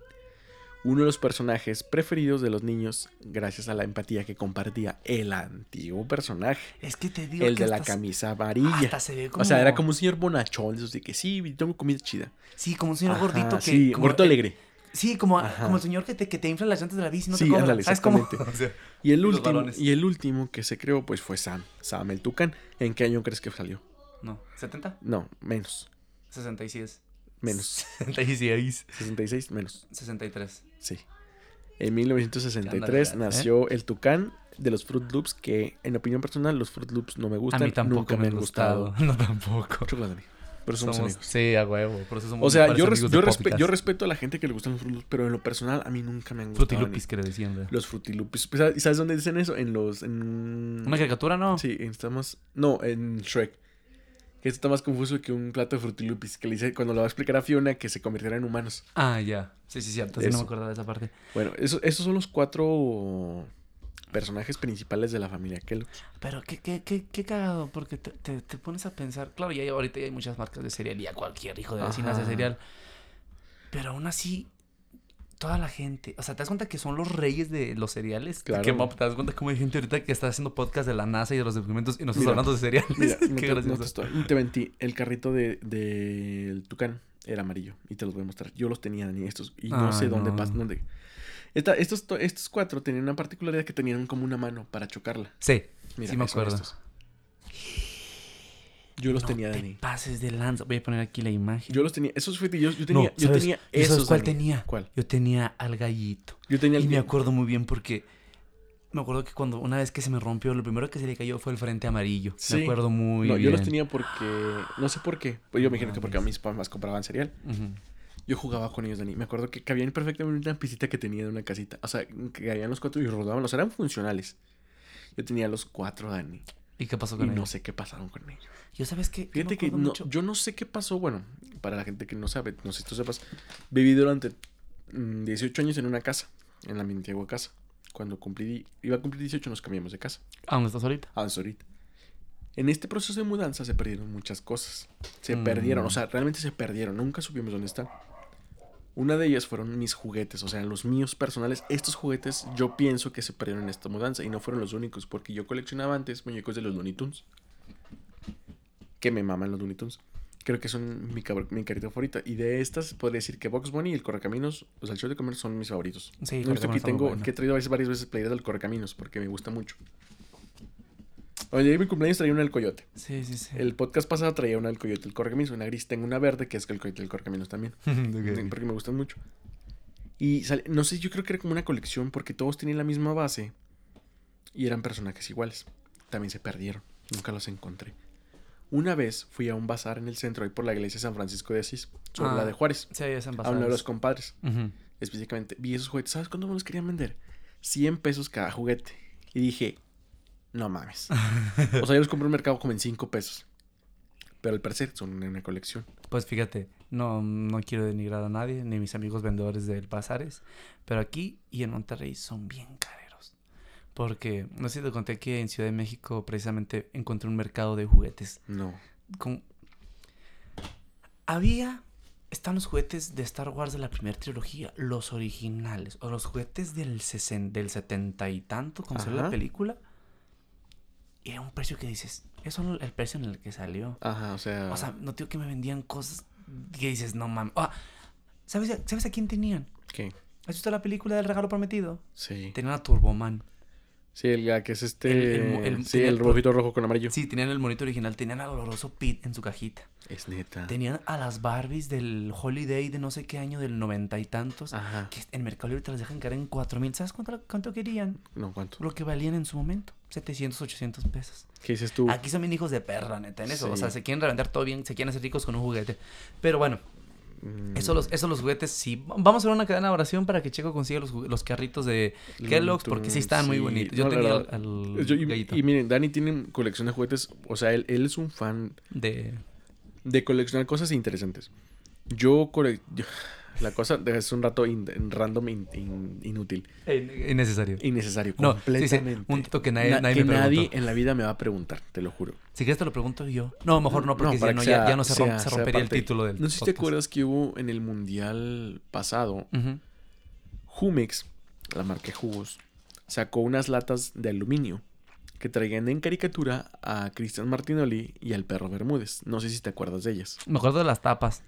S4: Uno de los personajes preferidos de los niños gracias a la empatía que compartía el antiguo personaje,
S3: Es que te digo
S4: el
S3: que
S4: de la
S3: hasta-
S4: camisa amarilla.
S3: hasta se ve
S4: O sea, era
S3: como-
S4: como un señor bonachón, de esos de que sí, tengo comida chida.
S3: Sí, como un señor
S4: Ajá,
S3: gordito que.
S4: sí,
S3: como-
S4: gordito
S3: eh,
S4: alegre.
S3: Sí, como,
S4: Ajá.
S3: como el señor que te, que te infla las llantas de la bici, no
S4: Sí,
S3: te cobra.
S4: ándale,
S3: ¿Sabes cómo?
S4: exactamente.
S3: O sea,
S4: Y el,
S3: los
S4: último,
S3: balones.
S4: y el último que se creó, pues fue Sam. Sam el Tucán. ¿En qué año crees que salió?
S3: no, ¿70?
S4: No, menos.
S3: 66.
S4: Menos.
S3: 66.
S4: 66, menos.
S3: 63.
S4: Sí. En 1963
S3: Ya andas,
S4: nació el Tucán de los Fruit Loops, que en opinión personal los Fruit Loops no me gustan.
S3: A mí tampoco
S4: nunca
S3: me han gustado. No, tampoco.
S4: Chocolate.
S1: Pero somos,
S3: Somos-
S1: amigos.
S3: Sí, a huevo. Por eso somos
S4: O sea,
S3: mejores
S4: yo, res-
S3: amigos de
S4: yo, respe-
S3: podcast.
S4: yo respeto a la gente que le gustan los frutos, pero en lo personal a mí nunca me han gustado.
S3: Frutilupis
S4: ni-
S3: que le decían, güey.
S4: Los frutilupis. Pues, ¿Y sabes dónde dicen eso? En los... En...
S3: ¿Una caricatura, no?
S4: Sí, estamos. No, en Shrek. Que esto está más confuso que un plato de frutilupis. Que le dice cuando lo va a explicar a Fiona que se convirtiera en humanos.
S3: Ah, ya. Sí, sí, cierto. Sí, no
S4: Eso.
S3: me acordaba de esa parte.
S4: Bueno, eso- esos son los cuatro personajes principales de la familia Kellogg.
S3: Pero qué, qué, qué, qué cagado, porque te, te, te pones a pensar. Claro, ya hay- ahorita ya hay muchas marcas de cereal y ya cualquier hijo de vecina hace
S4: Ajá.
S3: cereal. Pero aún así, toda la gente. O sea, te das cuenta que son los reyes de los cereales.
S4: Claro.
S3: Que, mo- te das cuenta cómo hay gente ahorita que está haciendo podcast de la NASA y de los documentos y nosotros
S4: Mira,
S3: hablando de cereales.
S4: Mira, no
S3: qué
S4: te, no
S3: gracioso.
S4: te estoy- no te mentí. El carrito del de, del tucán era amarillo. Y te los voy a mostrar. Yo los tenía, Dani, estos. Y no
S3: Ah,
S4: sé dónde
S3: no.
S4: pas- Dónde... Esta- estos, to- estos cuatro tenían una particularidad que tenían como una mano para chocarla.
S3: Sí,
S4: Mira,
S3: sí me
S4: son
S3: acuerdo.
S4: estos. Yo los
S3: No
S4: tenía,
S3: te
S4: Dani.
S3: pases de lanza. Voy a poner aquí la imagen.
S4: Yo los tenía, esos frutillos, yo
S3: No,
S4: tenía, yo
S3: ¿sabes?
S4: tenía
S3: ¿Y sabes
S4: esos.
S3: ¿Cuál
S4: Dani.
S3: tenía?
S4: ¿Cuál?
S3: Yo tenía al gallito.
S4: Yo tenía el
S3: Y me
S4: mío.
S3: acuerdo muy bien porque me acuerdo que cuando una vez que se me rompió, lo primero que se le cayó fue el frente amarillo.
S4: Sí.
S3: Me acuerdo muy
S4: no,
S3: bien.
S4: yo los tenía porque, no sé por qué, pues yo me imagino que porque a
S3: mames.
S4: mis papás compraban cereal.
S3: Ujú.
S4: Yo jugaba con ellos, Dani. Me acuerdo que cabían perfectamente en una pisita que tenía de una casita. O sea, que cabían los cuatro y rodaban, los eran funcionales. Yo tenía los cuatro, Dani.
S3: ¿Y qué pasó
S4: Y
S3: con él?
S4: no sé qué pasaron con ellos.
S3: Yo sabes qué? Yo me
S4: Fíjate que
S3: acuerdo
S4: no-
S3: mucho-
S4: yo no sé qué pasó. Bueno, para la gente que no sabe, no sé si tú sepas, viví durante mm, 18 años en una casa, en la mi antigua casa. Cuando cumplí, iba a cumplir 18 nos cambiamos de casa.
S3: ¿A dónde estás ahorita?
S4: Ah, es ahorita. En este proceso de mudanza se perdieron muchas cosas. Se
S3: Mm.
S4: perdieron, o sea, realmente se perdieron. Nunca supimos dónde están. Una de ellas fueron mis juguetes, o sea, los míos personales. Estos juguetes yo pienso que se perdieron en esta mudanza y no fueron los únicos porque yo coleccionaba antes muñecos de los Looney Tunes. Que me maman los Looney Tunes. Creo que son mi, cabr- mi carita favorita. Y de estas podría decir que Box Bunny y el Correcaminos, o sea, el show de comer son mis favoritos.
S3: Sí,
S4: No, esto
S3: Correcaminos
S4: aquí
S3: está muy
S4: tengo,
S3: bueno.
S4: que he traído varias, varias veces playeras del Correcaminos porque me gusta mucho. Oye, en mi cumpleaños traía una del coyote.
S3: Sí, sí, sí.
S4: El podcast pasado traía una del coyote del correcaminos, una gris. Tengo una verde que es que el coyote del correcaminos también. Porque me gustan mucho. Y sale- no sé, yo creo que era como una colección porque todos tenían la misma base y eran personajes iguales. También se perdieron. Nunca los encontré. Una vez fui a un bazar en el centro, ahí por la iglesia de San Francisco de Asís, sobre
S3: Ah,
S4: la de Juárez.
S3: Sí, ya se han
S4: A uno de los compadres
S3: Ujú.
S4: específicamente, vi esos juguetes. ¿Sabes cuánto me los querían vender? 100 pesos cada juguete. Y dije, no mames. o sea, yo los compré en el mercado como en 5 pesos. Pero al parecer son en una colección.
S3: Pues fíjate, no, no quiero denigrar a nadie, ni mis amigos vendedores de Bazares, pero aquí y en Monterrey son bien careros. Porque, no sé si te conté que en Ciudad de México precisamente encontré un mercado de juguetes
S4: No.
S3: con- Había... Están los juguetes de Star Wars de la primera trilogía, los originales, o los juguetes del, sesen- del setenta y tanto, cuando salió la
S4: Ajá.
S3: película. Y era un precio que dices, eso es el precio en el que salió.
S4: Ajá, o sea.
S3: O sea, no digo que me vendían cosas que dices, no mames. Ah, ¿sabes, a- ¿Sabes a quién tenían?
S4: ¿qué?
S3: ¿Has visto la película del regalo prometido?
S4: Sí.
S3: Tenían a Turboman.
S4: Sí, el ah, que es este.
S3: El- el mo- el-
S4: sí, el
S3: tenía-
S4: robotito rojo con amarillo.
S3: Sí, tenían el monito original, tenían al oloroso Pete en su cajita.
S4: Es neta.
S3: Tenían a las Barbies del Holiday de no sé qué año, del noventa y tantos.
S4: Ajá.
S3: Que en Mercado Libre te las dejan caer en cuatro mil. ¿Sabes cuánto, cuánto querían?
S4: No, ¿cuánto?
S3: Lo que valían en su momento. 700, 800 pesos.
S4: ¿Qué dices tú?
S3: Aquí son bien hijos de perra, neta, en eso. O sea,
S4: Sí.
S3: se quieren reventar todo bien, se quieren hacer ricos con un juguete. Pero bueno,
S4: Mm,
S3: Eso los, eso los juguetes, sí. Vamos a ver una cadena de oración para que Checo consiga los, jugu- los carritos de
S4: Looney
S3: Kellogg's, porque sí están muy
S4: Tunes,
S3: bonitos.
S4: sí.
S3: Yo
S4: No, la
S3: tenía al,
S4: verdad.
S3: al
S4: Yo- y,
S3: gallito
S4: y miren, Dani tiene colección de juguetes. O sea, él- él es un fan
S3: de...
S4: de coleccionar cosas interesantes. Yo, cole- yo- la cosa de- es un rato in- random in- in- inútil,
S3: in- innecesario.
S4: innecesario,
S3: No,
S4: Eh, completamente.
S3: dice, un dato que nadie- nadie
S4: que
S3: me preguntó.
S4: nadie en la vida me va a preguntar, te lo juro.
S3: Si quieres te lo pregunto yo. No, mejor no, porque si
S4: para
S3: no,
S4: que
S3: ya,
S4: sea-
S3: ya no se, rom-
S4: sea-
S3: se
S4: sea
S3: rompería el
S4: parte.
S3: título del
S4: No sé si te
S3: podcast.
S4: acuerdas que hubo en el mundial pasado,
S3: Ujú.
S4: Jumex, la marca de jugos, sacó unas latas de aluminio que traían en caricatura a Cristian Martinoli y al perro Bermúdez. No sé si te acuerdas de ellas.
S3: Me acuerdo de las tapas.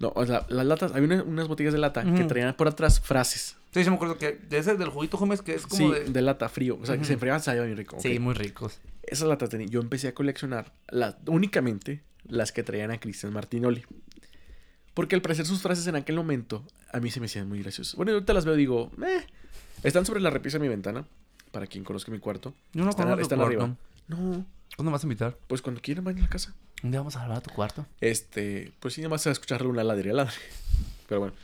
S4: No, o sea, las latas, había una- unas botellas de lata que
S3: Ujú.
S4: traían por atrás frases.
S3: Sí, yo me acuerdo que de ese del juguito Gómez que es
S4: Sí, de... lata frío. O sea, que se
S3: Ujú.
S4: enfriaban, salía bien rico.
S3: Sí,
S4: ok.
S3: muy ricos.
S4: Esas latas tenía. Yo empecé a coleccionar las, únicamente las que traían a Cristian Martinoli. Porque al parecer sus frases en aquel momento a mí se me hacían muy graciosas. Bueno, ahorita las veo y digo, "Meh". Están sobre la repisa de mi ventana, para quien conozca mi cuarto.
S3: Yo no
S4: Están,
S3: conozco tu
S4: están
S3: cuarto.
S4: arriba. No,
S3: ¿Cuándo me vas a invitar?
S4: pues cuando quieran vayan a la casa.
S3: Un día vamos a grabar a tu cuarto.
S4: Este, pues sí, nada más se va a escuchar una ladre, ladre. Pero bueno.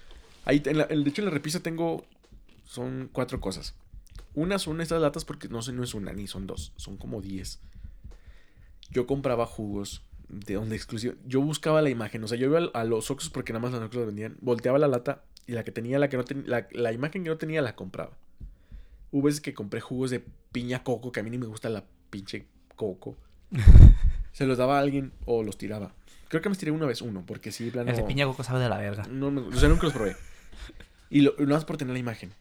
S4: Ahí, en la- en- de hecho, en la repisa tengo. Son cuatro cosas. Una son estas latas porque no sé, no es una ni son dos. Son como diez. Yo compraba jugos de donde exclusivo. Yo buscaba la imagen. O sea, yo iba al- a los Oxxos porque nada más los Oxxos vendían. Volteaba la lata y la que tenía, la que no tenía. La, la imagen que no tenía la compraba. Hubo veces que compré jugos de piña coco, que a mí ni me gusta la pinche coco. Se los daba a alguien o los tiraba. Creo que me estiré una vez uno, porque sí, de plano.
S3: El de piña coco sabe de la verga.
S4: No me- o sea, nunca los probé. Y lo, lo más por tener la imagen.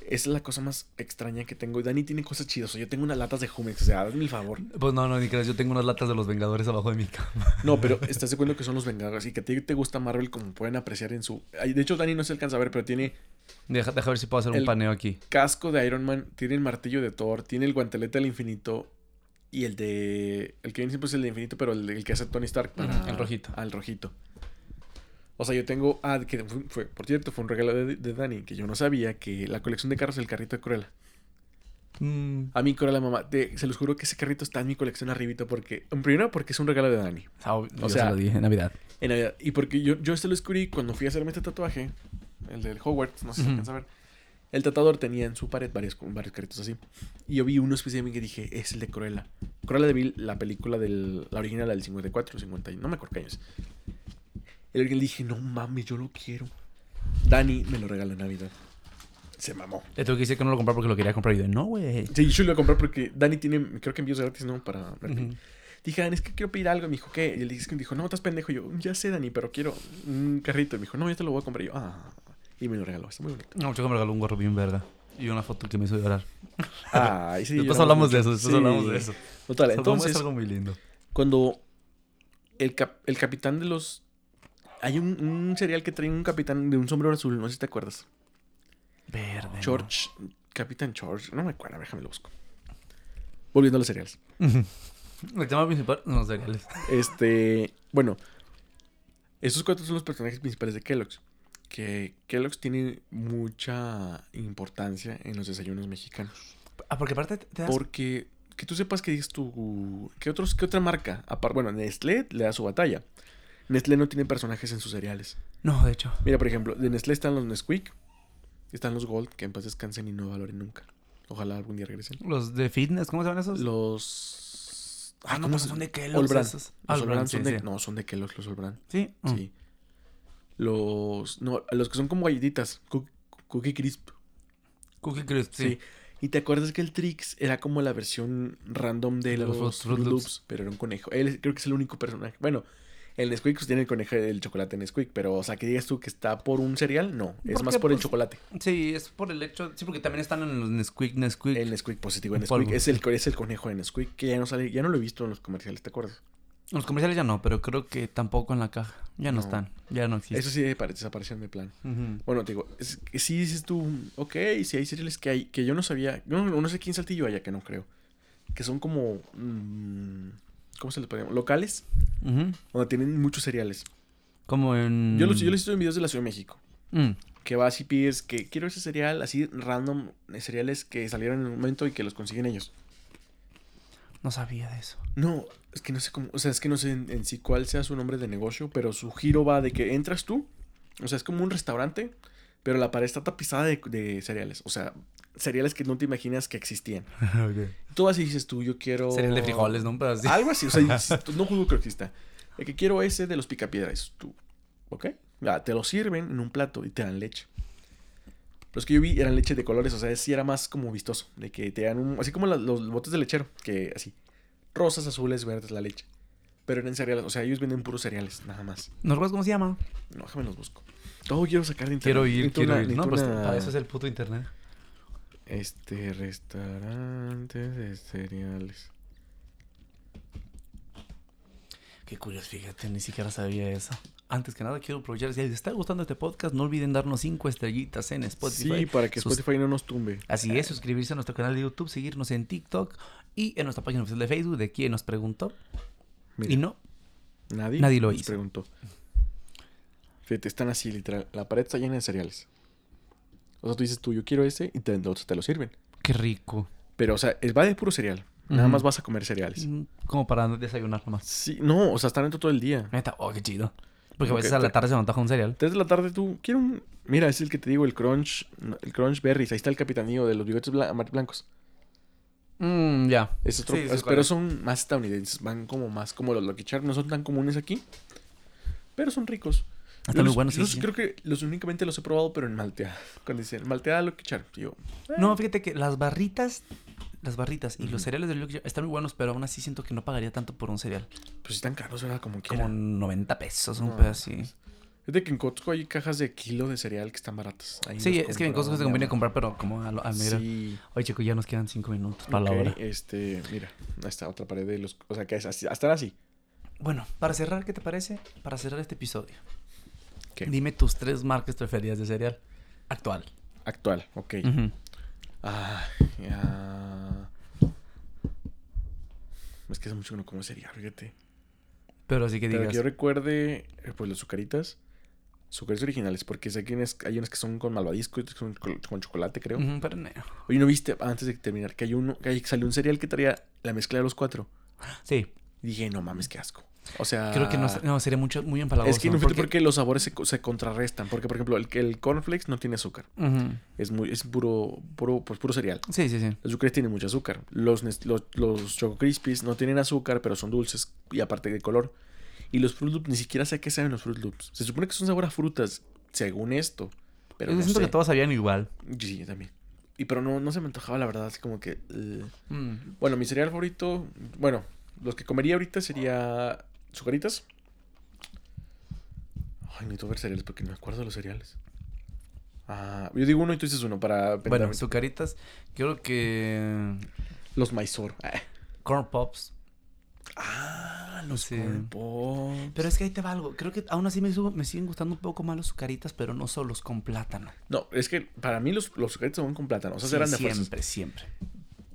S4: Esa es la cosa más extraña que tengo. Y Dani tiene cosas chidas. O sea, yo tengo unas latas de Jumex. O sea, hazme el favor.
S3: Pues no, no, ni creas. Yo tengo unas latas de los Vengadores abajo de mi cama.
S4: No, pero estás de acuerdo que son los Vengadores. Y que a ti te gusta Marvel, como pueden apreciar en su. Ay, De hecho, Dani no se alcanza a ver, pero tiene
S3: Deja, deja ver si puedo hacer un
S4: El-
S3: paneo aquí.
S4: casco de Iron Man, tiene el martillo de Thor, tiene el guantelete del infinito. Y el de. El que viene siempre es el de infinito, pero el, el que hace Tony Stark. para-
S3: Ujú, el rojito.
S4: Al rojito. O sea, yo tengo. Ah, que fue, fue- por cierto, fue un regalo de, de Dani, que yo no sabía que la colección de carros es el carrito de Cruella.
S3: Mm,
S4: A mí, Cruella, mamá, te- se los juro que ese carrito está en mi colección arribito porque. en Primero, porque es un regalo de Dani.
S3: sab- yo
S4: sea-
S3: se lo dije en Navidad.
S4: En Navidad. Y porque yo, yo este lo descubrí cuando fui a hacerme este tatuaje, el del Hogwarts, no sé si
S3: Ujú.
S4: alcanza a ver. El tatuador tenía en su pared varios, varios carritos así. Y yo vi uno específicamente que dije, es el de Cruella. Cruella de Vil, la película del, la original, la del 54, 50, y- no me acuerdo qué año es. El original dije, no mames, yo lo quiero. Dani me lo regaló en Navidad. Se mamó.
S3: Le tuve que decir que no lo compré porque lo quería comprar. Y yo, no, güey.
S4: Sí, yo lo iba a comprar porque Dani tiene, creo que envíos gratis, ¿no? Para
S3: Ujú.
S4: Dije, Dani, es que quiero pedir algo. Y me dijo, ¿qué? Y le dije, dijo, no, estás pendejo. Y yo, ya sé, Dani, pero quiero un carrito. Y me dijo, no, yo te lo voy a comprar. Y yo, ah. Y me lo regaló. Está muy bonito.
S3: No, yo me regaló un gorro bien verga. Y una foto que me hizo llorar.
S4: Ah, y sí,
S3: después
S4: lloramos
S3: hablamos de
S4: mucho.
S3: eso, después
S4: Sí.
S3: hablamos de eso.
S4: Total,
S3: Salvamos-
S4: entonces,
S3: es algo muy lindo.
S4: cuando el, cap- el capitán de los... Hay un, un serial que trae un capitán de un sombrero azul, no sé si te acuerdas.
S3: Verde.
S4: George, Capitán George, no me acuerdo, déjame lo busco. Volviendo a los seriales.
S3: El tema principal, no, cereales.
S4: Este, bueno, esos cuatro son los personajes principales de Kellogg's. Que Kellogg's tiene mucha importancia en los desayunos mexicanos.
S3: Ah, porque aparte te das.
S4: Porque que tú sepas que dices tú. ¿Qué, otros, qué otra marca? Aparte, bueno, Nestlé le da su batalla. Nestlé no tiene personajes en sus cereales.
S3: No, de hecho.
S4: Mira, por ejemplo, de Nestlé están los Nesquik, están los Gold, que en paz descansen y no valoren nunca. Ojalá algún día regresen.
S3: Los de fitness, ¿cómo se llaman esos?
S4: Los.
S3: Ah, no,
S4: ¿cómo
S3: pero
S4: se-
S3: son de Kellogg's
S4: All Brand.
S3: esos. Ah,
S4: Los
S3: All
S4: All
S3: Brand,
S4: Brand son
S3: sí,
S4: de.
S3: sí.
S4: No, son de Kellogg's, los All Brand.
S3: Sí. Mm.
S4: Sí. Los. No, los que son como galletitas. cu- Cookie Crisp.
S3: Cookie Crisp,
S4: Sí.
S3: sí.
S4: Y te acuerdas que el Trix era como la versión random de
S3: De
S4: los,
S3: los Fruit
S4: Fruit
S3: Loops.
S4: Loops, pero era un conejo. Él es- creo que es el único personaje. Bueno, el Nesquik pues, tiene el conejo del chocolate Nesquik, pero o sea, que digas tú que está por un cereal, no. Es
S3: ¿Por
S4: más
S3: qué?
S4: por el
S3: Pues-
S4: chocolate.
S3: Sí, es por el hecho. Sí, porque también están en los Nesquik, Nesquik.
S4: El Nesquik positivo de
S3: En polvo.
S4: Nesquik. Es el, es el conejo de Nesquik que ya no sale, ya no lo he visto en los comerciales, ¿te acuerdas?
S3: En Los comerciales ya no, pero creo que tampoco en la caja. Ya no,
S4: No.
S3: están. Ya no existen.
S4: Eso sí desapare- desapareció en mi plan.
S3: Ujú.
S4: Bueno, te digo, es que sí dices tú, ok, si hay cereales que hay, que yo no sabía, no, no, no sé quién saltillo haya, que no creo, que son como, mm, ¿cómo se les podría llamar? Locales,
S3: Ujú.
S4: donde tienen muchos cereales.
S3: Como en.
S4: Yo, los, yo les he visto en videos de la Ciudad de México,
S3: Mm.
S4: que vas y pides que quiero ese cereal, así random, eh, cereales que salieron en un momento y que los consiguen ellos.
S3: No sabía de eso.
S4: No, es que no sé cómo, o sea, es que no sé en, en sí cuál sea su nombre de negocio, pero su giro va de que entras tú, o sea, es como un restaurante, pero la pared está tapizada de, de cereales, o sea, cereales que no te imaginas que existían. Tú vas y dices tú, yo quiero...
S3: Serían de frijoles, ¿no? Pero así.
S4: Algo así, o sea, dices tú, no juzgo que exista. El que quiero ese de los picapiedras, tú, ¿ok? Ya, te lo sirven en un plato y te dan leche. Los que yo vi eran leche de colores, o sea, sí era más como vistoso, de que te dan un... Así como la- los botes de lechero, que así, rosas, azules, verdes, la leche. Pero eran cereales, o sea, ellos venden puros cereales, nada más.
S3: ¿No recuerdas cómo se llama?
S4: No, déjame los busco. Todo quiero sacar de internet.
S3: Quiero ir,
S4: Necesito
S3: quiero
S4: una-
S3: ir. No,
S4: necesito
S3: pues
S4: una-
S3: para eso es el puto internet.
S4: Este, restaurantes de cereales.
S3: Qué curioso, fíjate, ni siquiera sabía eso. Antes que nada, quiero aprovechar. Si les está gustando este podcast, no olviden darnos cinco estrellitas en Spotify.
S4: Sí, pues. para que
S3: Sus-
S4: Spotify no nos tumbe.
S3: Así es, suscribirse a nuestro canal de YouTube, seguirnos en TikTok y en nuestra página oficial de Facebook de quien nos preguntó.
S4: Mira.
S3: Y no,
S4: Nadie,
S3: Nadie lo
S4: nos
S3: hizo.
S4: preguntó. Fíjate, están así, literal. La pared está llena de cereales. O sea, tú dices tú, yo quiero ese y te, te lo sirven.
S3: qué rico.
S4: Pero, o sea, es- va de puro cereal. Nada
S3: Ujú.
S4: más vas a comer cereales.
S3: Mm, Como para desayunar nomás.
S4: Sí, no, o sea, están dentro todo el día.
S3: Neta, oh, qué chido. Porque a
S4: Ok,
S3: veces a la
S4: te-
S3: tarde se me antoja un cereal.
S4: 3 de la tarde tú, quiero un... Mira, es el que te digo, el Crunch, no, el Crunch Berries. Ahí está el capitanío de los bigotes bla- amar- blancos. Mm,
S3: Mmm, ya.
S4: Es otro,
S3: Sí, sí,
S4: es-
S3: cuál
S4: pero
S3: es.
S4: son más estadounidenses, van como más como los Lucky Charms, no son tan comunes aquí, pero son ricos.
S3: Están
S4: Yo
S3: muy
S4: los-
S3: buenos, sí,
S4: yo los-
S3: sí.
S4: Creo que los únicamente los he probado, pero en malteada. Cuando dicen malteada Lucky Charms, yo,
S3: No, fíjate que las barritas, las barritas y los cereales de Lucky Charms están muy buenos, pero aún así siento que no pagaría tanto por un cereal.
S4: pues están caros, ¿verdad? Como
S3: Como
S4: quieran.
S3: 90 pesos, un
S4: No, pues.
S3: pedo así.
S4: Es de que en Costco hay cajas de kilo de cereal que están baratas. Ahí
S3: Sí,
S4: los
S3: es que en
S4: compro,
S3: cosas se
S4: mi
S3: conviene
S4: mamá.
S3: comprar, pero como a, lo- a mira.
S4: Sí.
S3: Oye, chico, ya nos quedan 5 minutos para
S4: ok,
S3: la hora.
S4: Este, mira, esta otra pared de los... O sea, que es así, están así.
S3: Bueno, para cerrar, ¿qué te parece? Para cerrar este episodio.
S4: ¿Qué?
S3: Dime tus tres marcas preferidas de cereal actual.
S4: Actual, ok.
S3: Ujú.
S4: Ah, ya. Es que hace mucho que no como cereal, fíjate.
S3: Pero así que
S4: Pero que
S3: digas.
S4: yo recuerde, eh, pues los sucaritas. Sucaritas originales, porque sé que hay unas, hay unas que son con malvadisco y otras que son con, con chocolate, creo.
S3: Ujú, pero no.
S4: Oye, ¿no viste, antes de terminar, que hay uno, que hay- salió un cereal que traía la mezcla de los cuatro?
S3: Sí,
S4: Y dije, no mames, qué asco. O sea...
S3: creo que no, no, sería mucho, muy empalagoso.
S4: Ah. Es que no fíjate
S3: porque-
S4: porque los sabores se, co- se contrarrestan. Porque, por ejemplo, el, el cornflakes no tiene azúcar.
S3: Ujú.
S4: Es muy, es puro, puro, pues puro cereal.
S3: Sí, sí, sí.
S4: Los azúcares tienen mucho azúcar. Los, Nest- los, los Choco Crispies no tienen azúcar, pero son dulces y aparte de color. Y los Fruit Loops, ni siquiera sé qué saben los Fruit Loops. Se supone que son sabor a frutas, según esto. Pero
S3: Yo
S4: no
S3: siento
S4: sé.
S3: que todas sabían igual.
S4: Sí, yo también. Y pero no, no se me antojaba, la verdad, así como que... eh.
S3: Mm.
S4: Bueno, mi cereal favorito, bueno, los que comería ahorita sería sucaritas. Ay, necesito ver cereales porque no me acuerdo de los cereales. Ah, yo digo uno y tú dices uno para...
S3: Bueno,
S4: pensar.
S3: sucaritas, yo creo que
S4: los Mysore. Ah.
S3: corn pops.
S4: Ah, los
S3: Sí.
S4: Corn Pops.
S3: Pero es que ahí te va algo. Creo que aún así me, subo- me siguen gustando un poco más los sucaritas, pero no solos con plátano.
S4: No, es que para mí los, los sucaritas son con plátano. O sea,
S3: Sí,
S4: eran de
S3: siempre,
S4: fuerzas.
S3: siempre.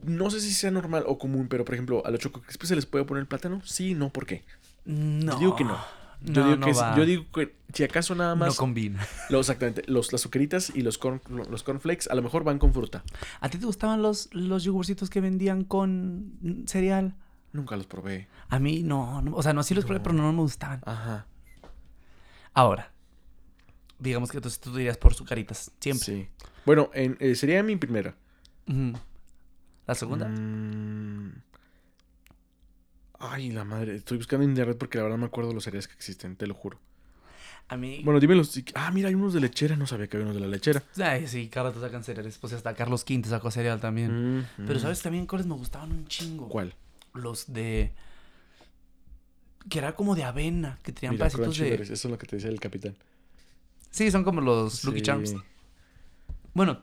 S4: No sé si sea normal o común, pero por ejemplo, a los Choco Crispies se les puede poner plátano. Sí, no, ¿por qué?
S3: No.
S4: Yo digo que no. Yo,
S3: No,
S4: digo,
S3: no
S4: que, es-
S3: va.
S4: yo digo que si acaso nada más.
S3: No combina.
S4: lo- exactamente. Los, las sucaritas y los, corn, los cornflakes a lo mejor van con fruta.
S3: ¿A ti te gustaban los, los yogurcitos que vendían con mm, cereal?
S4: Nunca los probé.
S3: A mí no, no, o sea, no sí los probé, pero no me gustaban.
S4: Ajá.
S3: Ahora, digamos que entonces tú dirías por sucaritas, siempre.
S4: Sí. Bueno, en- eh, sería mi primera.
S3: Ujú. La segunda,
S4: Mm. Ay, la madre. Estoy buscando en internet porque la verdad no me acuerdo de los cereales que existen, te lo juro.
S3: a mí.
S4: Bueno, dímelos. si- Ah, mira, hay unos de lechera. No sabía que había unos de la lechera.
S3: Ay, sí, claro, te sacan cereales. Pues hasta Carlos V sacó cereal también.
S4: Mm,
S3: Pero
S4: mm.
S3: ¿sabes también cuáles me gustaban un chingo?
S4: ¿Cuál?
S3: Los de. Que era como de avena, que tenían
S4: Mira,
S3: pedacitos
S4: Crunchy
S3: de.
S4: Berries, Eso es lo que te decía el capitán.
S3: Sí, son como los Lucky
S4: Sí.
S3: Charms. Bueno,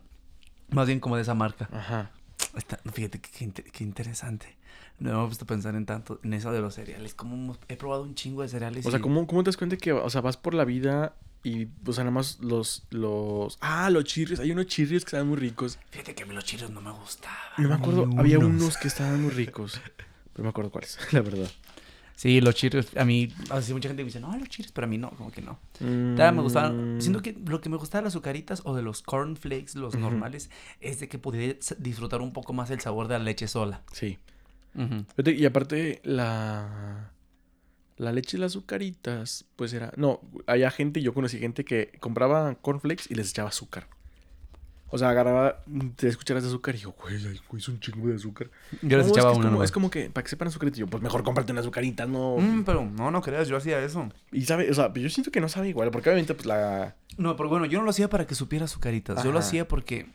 S3: más bien como de esa marca.
S4: Ajá.
S3: Está- fíjate que- que inte- qué interesante. No me he puesto a pensar en tanto, en eso de los cereales. Como hemos- he probado un chingo de cereales.
S4: O sea,
S3: y-
S4: ¿cómo, ¿cómo te das cuenta que, o sea, vas por la vida y, o sea, nada más los, los... Ah, los chirrios. Hay unos chirrios que estaban muy ricos.
S3: Fíjate que a mí los chiros no me gustaban.
S4: No me acuerdo.
S3: Ni
S4: Había
S3: uno.
S4: unos que estaban muy ricos. Pero no me acuerdo cuáles, la verdad.
S3: Sí, los chiros. A mí, así mucha gente me dice, no, los chiros, pero a mí no, como que no. Nada, me gustaban. Siento que lo que me gustaba de las azucaritas o de los cornflakes, los
S4: Ujú.
S3: normales, es de que pudiera s- disfrutar un poco más el sabor de la leche sola.
S4: Sí. Fíjate, Y aparte, la... La leche y las azucaritas, pues era... No, había gente, yo conocí gente que compraba cornflakes y les echaba azúcar. O sea, agarraba tres cucharas de azúcar y yo, güey, ay, güey, es un chingo de azúcar.
S3: Yo les
S4: No, es que
S3: echaba
S4: es
S3: una.
S4: como-
S3: nomás.
S4: Es como que, para que sepan azucarita, yo, pues mejor cómprate una azucarita, no.
S3: Mm, pero no, no creas, yo hacía eso.
S4: Y sabe, o sea, yo siento que no sabe igual, porque obviamente, pues la.
S3: No, pero bueno, yo no lo hacía para que supiera azucaritas. Yo lo
S4: Ajá.
S3: hacía porque.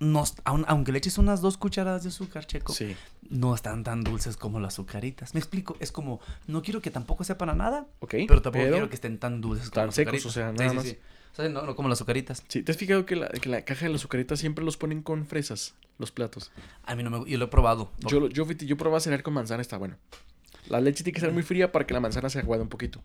S3: No, est- aun- aunque le eches unas dos cucharadas de azúcar, checo,
S4: Sí.
S3: no están tan dulces como las azucaritas. Me explico, es como, no quiero que tampoco sepan a nada,
S4: Ok.
S3: pero tampoco quiero que estén tan dulces como
S4: tan
S3: las
S4: secos,
S3: azucaritas.
S4: o sea,
S3: Sí,
S4: nada
S3: sí,
S4: más.
S3: sí. O sea, no, no como las azucaritas.
S4: Sí, ¿te has fijado que la, que la caja de las azucaritas siempre los ponen con fresas, los platos?
S3: A mí no me. Yo lo he probado.
S4: Yo, lo- yo, fui- yo probaba a cenar con manzana, está bueno. La leche tiene que estar muy fría para que la manzana se aguade un poquito.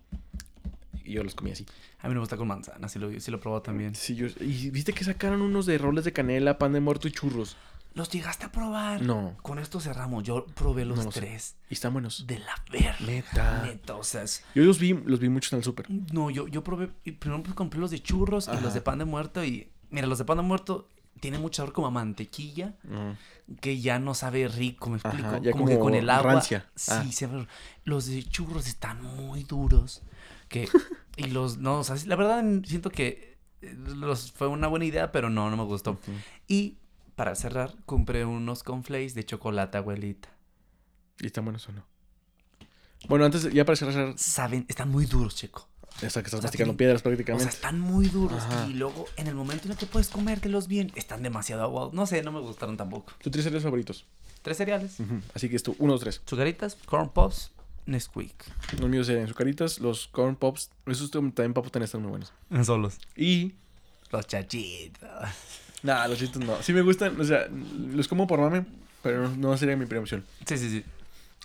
S4: Y yo los comí así.
S3: A mí no me gusta con manzana, sí lo, sí lo he probado también.
S4: Sí, yo, y viste que sacaron unos de roles de canela, pan de muerto y churros.
S3: ¿Los llegaste a probar?
S4: No.
S3: Con esto cerramos. Yo probé los
S4: No lo sé.
S3: tres.
S4: Y están buenos.
S3: De la verga.
S4: Neta.
S3: Neta, o sea, es-
S4: Yo los vi, los vi muchos en el súper.
S3: No, yo, yo probé. y Primero pues, compré los de churros y
S4: Ajá.
S3: los de pan de muerto. Y mira, los de pan de muerto tiene mucho sabor como a mantequilla
S4: Ujú.
S3: que ya no sabe rico, me explico.
S4: Ajá, ya
S3: como, que
S4: como
S3: con el agua.
S4: rancia.
S3: Sí,
S4: Ah.
S3: se ve- Los de churros están muy duros. Que, y los, no, o sea, la verdad mm, siento que eh, los, fue una buena idea, pero no, no me gustó. Y para cerrar, compré unos conflays de chocolate, abuelita.
S4: ¿Y están buenos o no? Bueno, antes, ya para cerrar,
S3: Saben, están muy duros, chico.
S4: esa que estás
S3: sea,
S4: masticando
S3: tienen-
S4: piedras
S3: O sea,
S4: prácticamente.
S3: están muy duros.
S4: Ajá.
S3: Y luego, en el momento en el que puedes comértelos bien, están demasiado aguados. No sé, no me gustaron tampoco.
S4: Tus tres cereales favoritos.
S3: Tres cereales.
S4: Ujú. Así que es tú, uno, dos, tres.
S3: Sucaritas, corn pops, Nesquik.
S4: Los míos serían sucaritas, los corn pops. Esos también papotan están muy buenos.
S3: Solos.
S4: Y
S3: Los chachitos.
S4: Nah, los chitos no. Sí me gustan, o sea, los como por mame, pero no sería mi primera opción.
S3: Sí, sí, sí.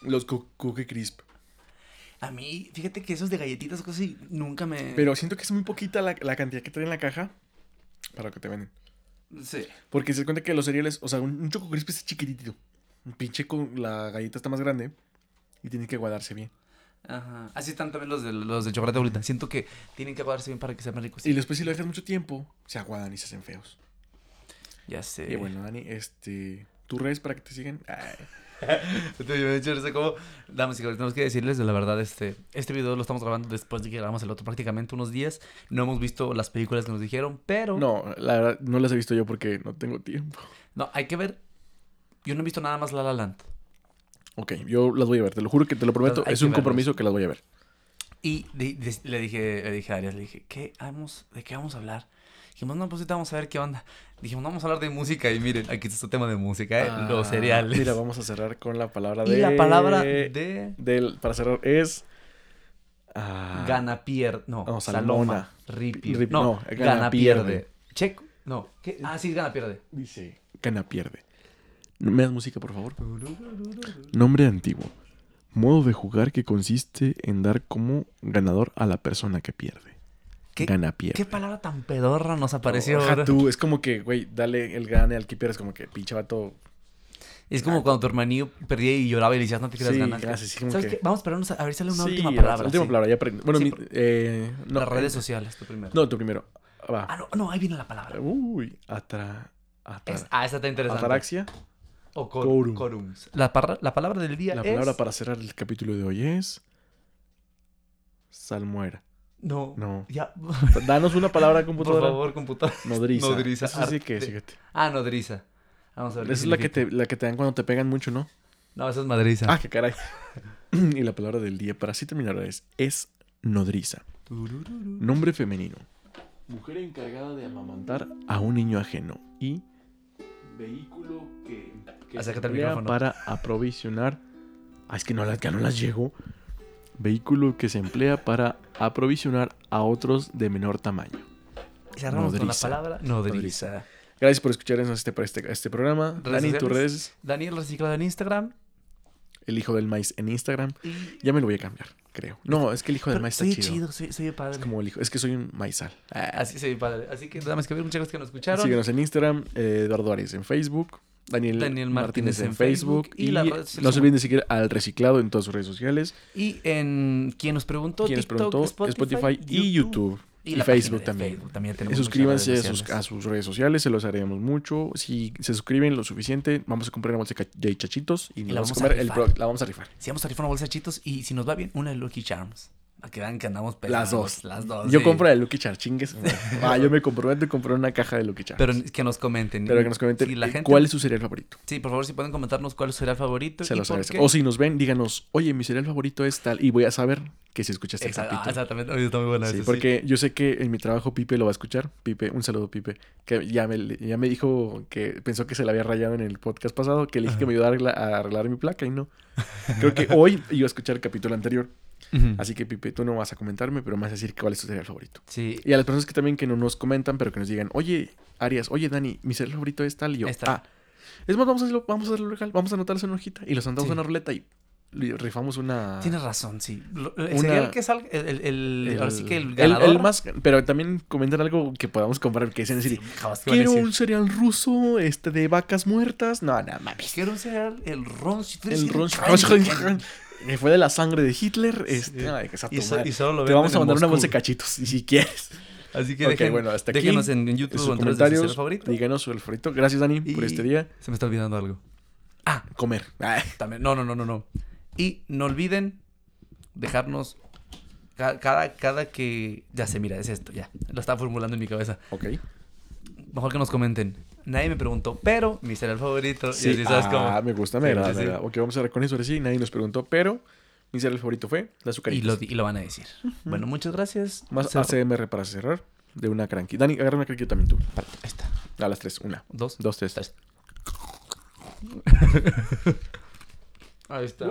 S4: Los cu- Cookie Crisp.
S3: A mí, fíjate que esos de galletitas, cosas así, nunca me.
S4: Pero siento que es muy poquita la, la cantidad que trae en la caja para lo que te venden.
S3: Sí.
S4: Porque se das cuenta que los cereales, o sea, un, un Choco Crisp es chiquitito. Un pinche con la galleta está más grande y tiene que guardarse bien.
S3: Ajá. Así están también los de, los de chocolate ahorita. Siento que tienen que aguardarse bien para que sean ricos.
S4: Y después si lo dejas mucho tiempo, se aguadan y se hacen feos.
S3: Ya sé.
S4: Y bueno, Dani, este... ¿Tus redes para que te sigan? Ay,
S3: Entonces, yo me he hecho risa como, damas y caballeros, tenemos que decirles de la verdad, este, este video lo estamos grabando después de que grabamos el otro prácticamente unos días. No hemos visto las películas que nos dijeron, pero...
S4: No, la verdad, no las he visto yo porque no tengo tiempo.
S3: No, hay que ver. Yo no he visto nada más La La Land.
S4: Ok, yo las voy a ver, te lo juro que te pues. lo prometo.
S3: hay
S4: Es
S3: que
S4: un
S3: verlas.
S4: compromiso que las voy a ver.
S3: Y de- de- le dije, le dije a Arias, le dije, ¿qué vamos, ¿de qué vamos a hablar? Dijimos, no, pues ahorita vamos a ver qué onda. Dijimos, no, vamos a hablar de música. Y miren, aquí está el tema de música, ¿eh?
S4: Ah,
S3: los cereales.
S4: Mira, vamos a cerrar con la palabra
S3: y
S4: de.
S3: la palabra de
S4: Del, para cerrar es. ah,
S3: gana, pierde. No,
S4: No,
S3: Saloma.
S4: Salomona.
S3: Ripi.
S4: Ripi-
S3: No,
S4: no,
S3: gana,
S4: gana,
S3: pierde.
S4: pierde.
S3: Checo. No, ¿qué? Ah, sí, gana, pierde.
S4: Dice. Gana pierde. ¿Me das música, por favor? Nombre antiguo. Modo de jugar que consiste en dar como ganador a la persona que pierde.
S3: ¿Qué,
S4: Gana pierde.
S3: qué palabra tan pedorra nos apareció
S4: Oja
S3: ahora?
S4: tú, es como que, güey, dale el gane al que pierdes, como que pinche vato.
S3: Es como cuando tu hermanillo perdía y lloraba y le decías, no te creas
S4: Sí,
S3: ganas.
S4: ah, sí, sí, como
S3: ¿Sabes
S4: que-
S3: qué? Vamos a esperarnos a a ver si sale una
S4: Sí,
S3: última
S4: la-
S3: palabra.
S4: La última
S3: sí.
S4: palabra, ya aprendí. Bueno,
S3: Sí,
S4: mi-
S3: por-
S4: eh, no,
S3: Las redes
S4: eh,
S3: sociales, tu primero.
S4: No, tu primero. Va.
S3: Ah, no, no, ahí viene la palabra.
S4: Uy, atra,
S3: Es-
S4: atara-
S3: ah, esta está interesante.
S4: ataraxia.
S3: O cor-
S4: Corum.
S3: corums. La, parra- la palabra del día
S4: La
S3: es...
S4: palabra para cerrar el capítulo de hoy es salmuera.
S3: No.
S4: No.
S3: Ya,
S4: Danos una palabra
S3: por
S4: computadora.
S3: favor, computadora.
S4: Nodriza.
S3: Nodriza,
S4: Esa sí que,
S3: arte.
S4: es, fíjate.
S3: Ah, nodriza. Vamos a ver.
S4: Esa
S3: qué
S4: es la que,
S3: significa.
S4: te, la que te dan cuando te pegan mucho, ¿no?
S3: No, esa es madriza.
S4: Ah, qué caray. y la palabra del día para así terminar es es nodriza.
S3: Turururu.
S4: Nombre femenino. Mujer encargada de amamantar a un niño ajeno y vehículo que, que
S3: Acércate al
S4: emplea
S3: micrófono.
S4: para aprovisionar. Ah, es que no, las- ya no las llego. Vehículo que se emplea para aprovisionar a otros de menor tamaño.
S3: Y Cerramos con la
S4: nodriza.
S3: palabra nodriza.
S4: Gracias por escucharnos este, este, este programa.
S3: ¿Redes
S4: Dani, tus
S3: sociales?
S4: redes,
S3: Daniel Reciclado en Instagram.
S4: el hijo del maíz en Instagram. Ya me lo voy a cambiar, creo. No, es que el hijo del
S3: Pero
S4: maíz está
S3: soy
S4: chido.
S3: chido, soy, soy padre. Ah,
S4: Es como el hijo, es que soy un maizal.
S3: Así soy padre. Así que nada más que ver, muchas gracias que nos escucharon.
S4: Síguenos en Instagram, eh, Eduardo Arias en Facebook, Daniel,
S3: Daniel Martínez
S4: Martínez,
S3: en
S4: en Facebook.
S3: Facebook, y
S4: Y,
S3: las redes sociales
S4: no se
S3: como-
S4: olviden de seguir al reciclado en todas sus redes sociales.
S3: Y en quien nos preguntó,
S4: Quienes
S3: TikTok,
S4: preguntó, Spotify, y YouTube. Y,
S3: la página
S4: Facebook
S3: de
S4: también.
S3: Facebook también
S4: Y
S3: tenemos
S4: suscríbanse a
S3: muchas redes
S4: sus, a
S3: sociales.
S4: sus redes sociales, se los haremos mucho. Si se suscriben lo suficiente, vamos a comprar una bolsa de ca- de chachitos y, nos
S3: la
S4: vamos a
S3: vamos a
S4: comer el
S3: rifar.
S4: pro- la vamos a rifar.
S3: Si vamos a rifar una bolsa de chitos y si nos va bien, una de Lucky Charms. Para que vean que andamos
S4: Las
S3: pegados.
S4: dos.
S3: Las dos.
S4: Yo
S3: Oh, sí.
S4: compro de Lucky Char, chingues. Ah, yo me comprometo a comprar una caja de Lucky Char.
S3: Pero
S4: Pero,
S3: que nos comenten.
S4: que nos comenten
S3: Si la
S4: eh,
S3: gente-
S4: cuál es su cereal favorito.
S3: Sí, por favor, si pueden comentarnos cuál es su cereal favorito.
S4: Se
S3: y
S4: los
S3: por
S4: agradezco. Oh,
S3: qué.
S4: O si nos ven, díganos, oye, mi cereal favorito es tal. Y voy a saber que si escuchaste el
S3: Exacto, ah,
S4: capítulo.
S3: exactamente. Oye, está muy buena
S4: Sí,
S3: esa,
S4: porque yo sé que en mi trabajo Pipe lo va a escuchar. Pipe, un saludo, Pipe. Que ya me, ya me dijo que pensó que se le había rayado en el podcast pasado, que le dije que me ayudara a arregla- a arreglar mi placa y no. Creo que hoy iba a escuchar el capítulo anterior.
S3: Ujú.
S4: Así que, Pipe, tú no vas a comentarme, pero me vas a decir cuál es tu cereal favorito.
S3: Sí.
S4: Y a las personas que también que no nos comentan, pero que nos digan, oye, Arias, oye, Dani, mi cereal favorito es tal. Y yo,
S3: Es tal.
S4: ah. Es más, vamos a hacerlo, vamos a hacerlo legal, vamos a anotarlo en una hojita y los andamos
S3: Sí.
S4: en una ruleta y le rifamos una...
S3: Tienes razón, sí. Lo- El
S4: Ah. Una-
S3: cereal que salga, el, el, el- ahora sí que el
S4: el-
S3: ganador.
S4: el más, pero también comentar algo que podamos comprar, que es decir,
S3: Jamás que van a
S4: quiero
S3: decir.
S4: un cereal ruso, este, de vacas muertas. No, no, mames.
S3: Quiero un cereal, el ron.
S4: El Ron- que fue de la sangre de Hitler. Este, ay, que sea
S3: Y,
S4: tu
S3: so-
S4: madre.
S3: y solo lo
S4: Te vamos a
S3: venden en
S4: mandar una bolsa de
S3: Moscú.
S4: cachitos, y si quieres.
S3: Así que
S4: Ok,
S3: dejen,
S4: bueno, hasta aquí
S3: déjenos en, en YouTube
S4: sus
S3: o en redes de
S4: comentarios.
S3: su favorito.
S4: Díganos su favorito. Gracias, Dani, por
S3: Y-
S4: este día.
S3: Se me está olvidando algo.
S4: Comer. Ah,
S3: También, no, no, no, no, no. Y no olviden dejarnos ca- cada, cada que... Ya sé, mira, es esto, ya. Lo estaba formulando en mi cabeza.
S4: ok.
S3: Mejor que nos comenten. Nadie me preguntó, pero mi cereal favorito.
S4: Sí,
S3: y así sabes cómo.
S4: ah, me gusta, me
S3: Sí,
S4: agrada,
S3: sí,
S4: me
S3: sí.
S4: agrada. Ok, vamos a ver con eso. Ahora sí, nadie nos preguntó, pero mi cereal favorito fue la
S3: Y
S4: azucarita.
S3: lo, di- y lo van a decir. Bueno, muchas gracias.
S4: Más
S3: Cerro-
S4: ACMR para cerrar. De una cranky. Dani, agarra una cranky yo también tú.
S3: Ahí está.
S4: A las tres. Una,
S3: Dos.
S4: dos, tres.
S3: Ahí está.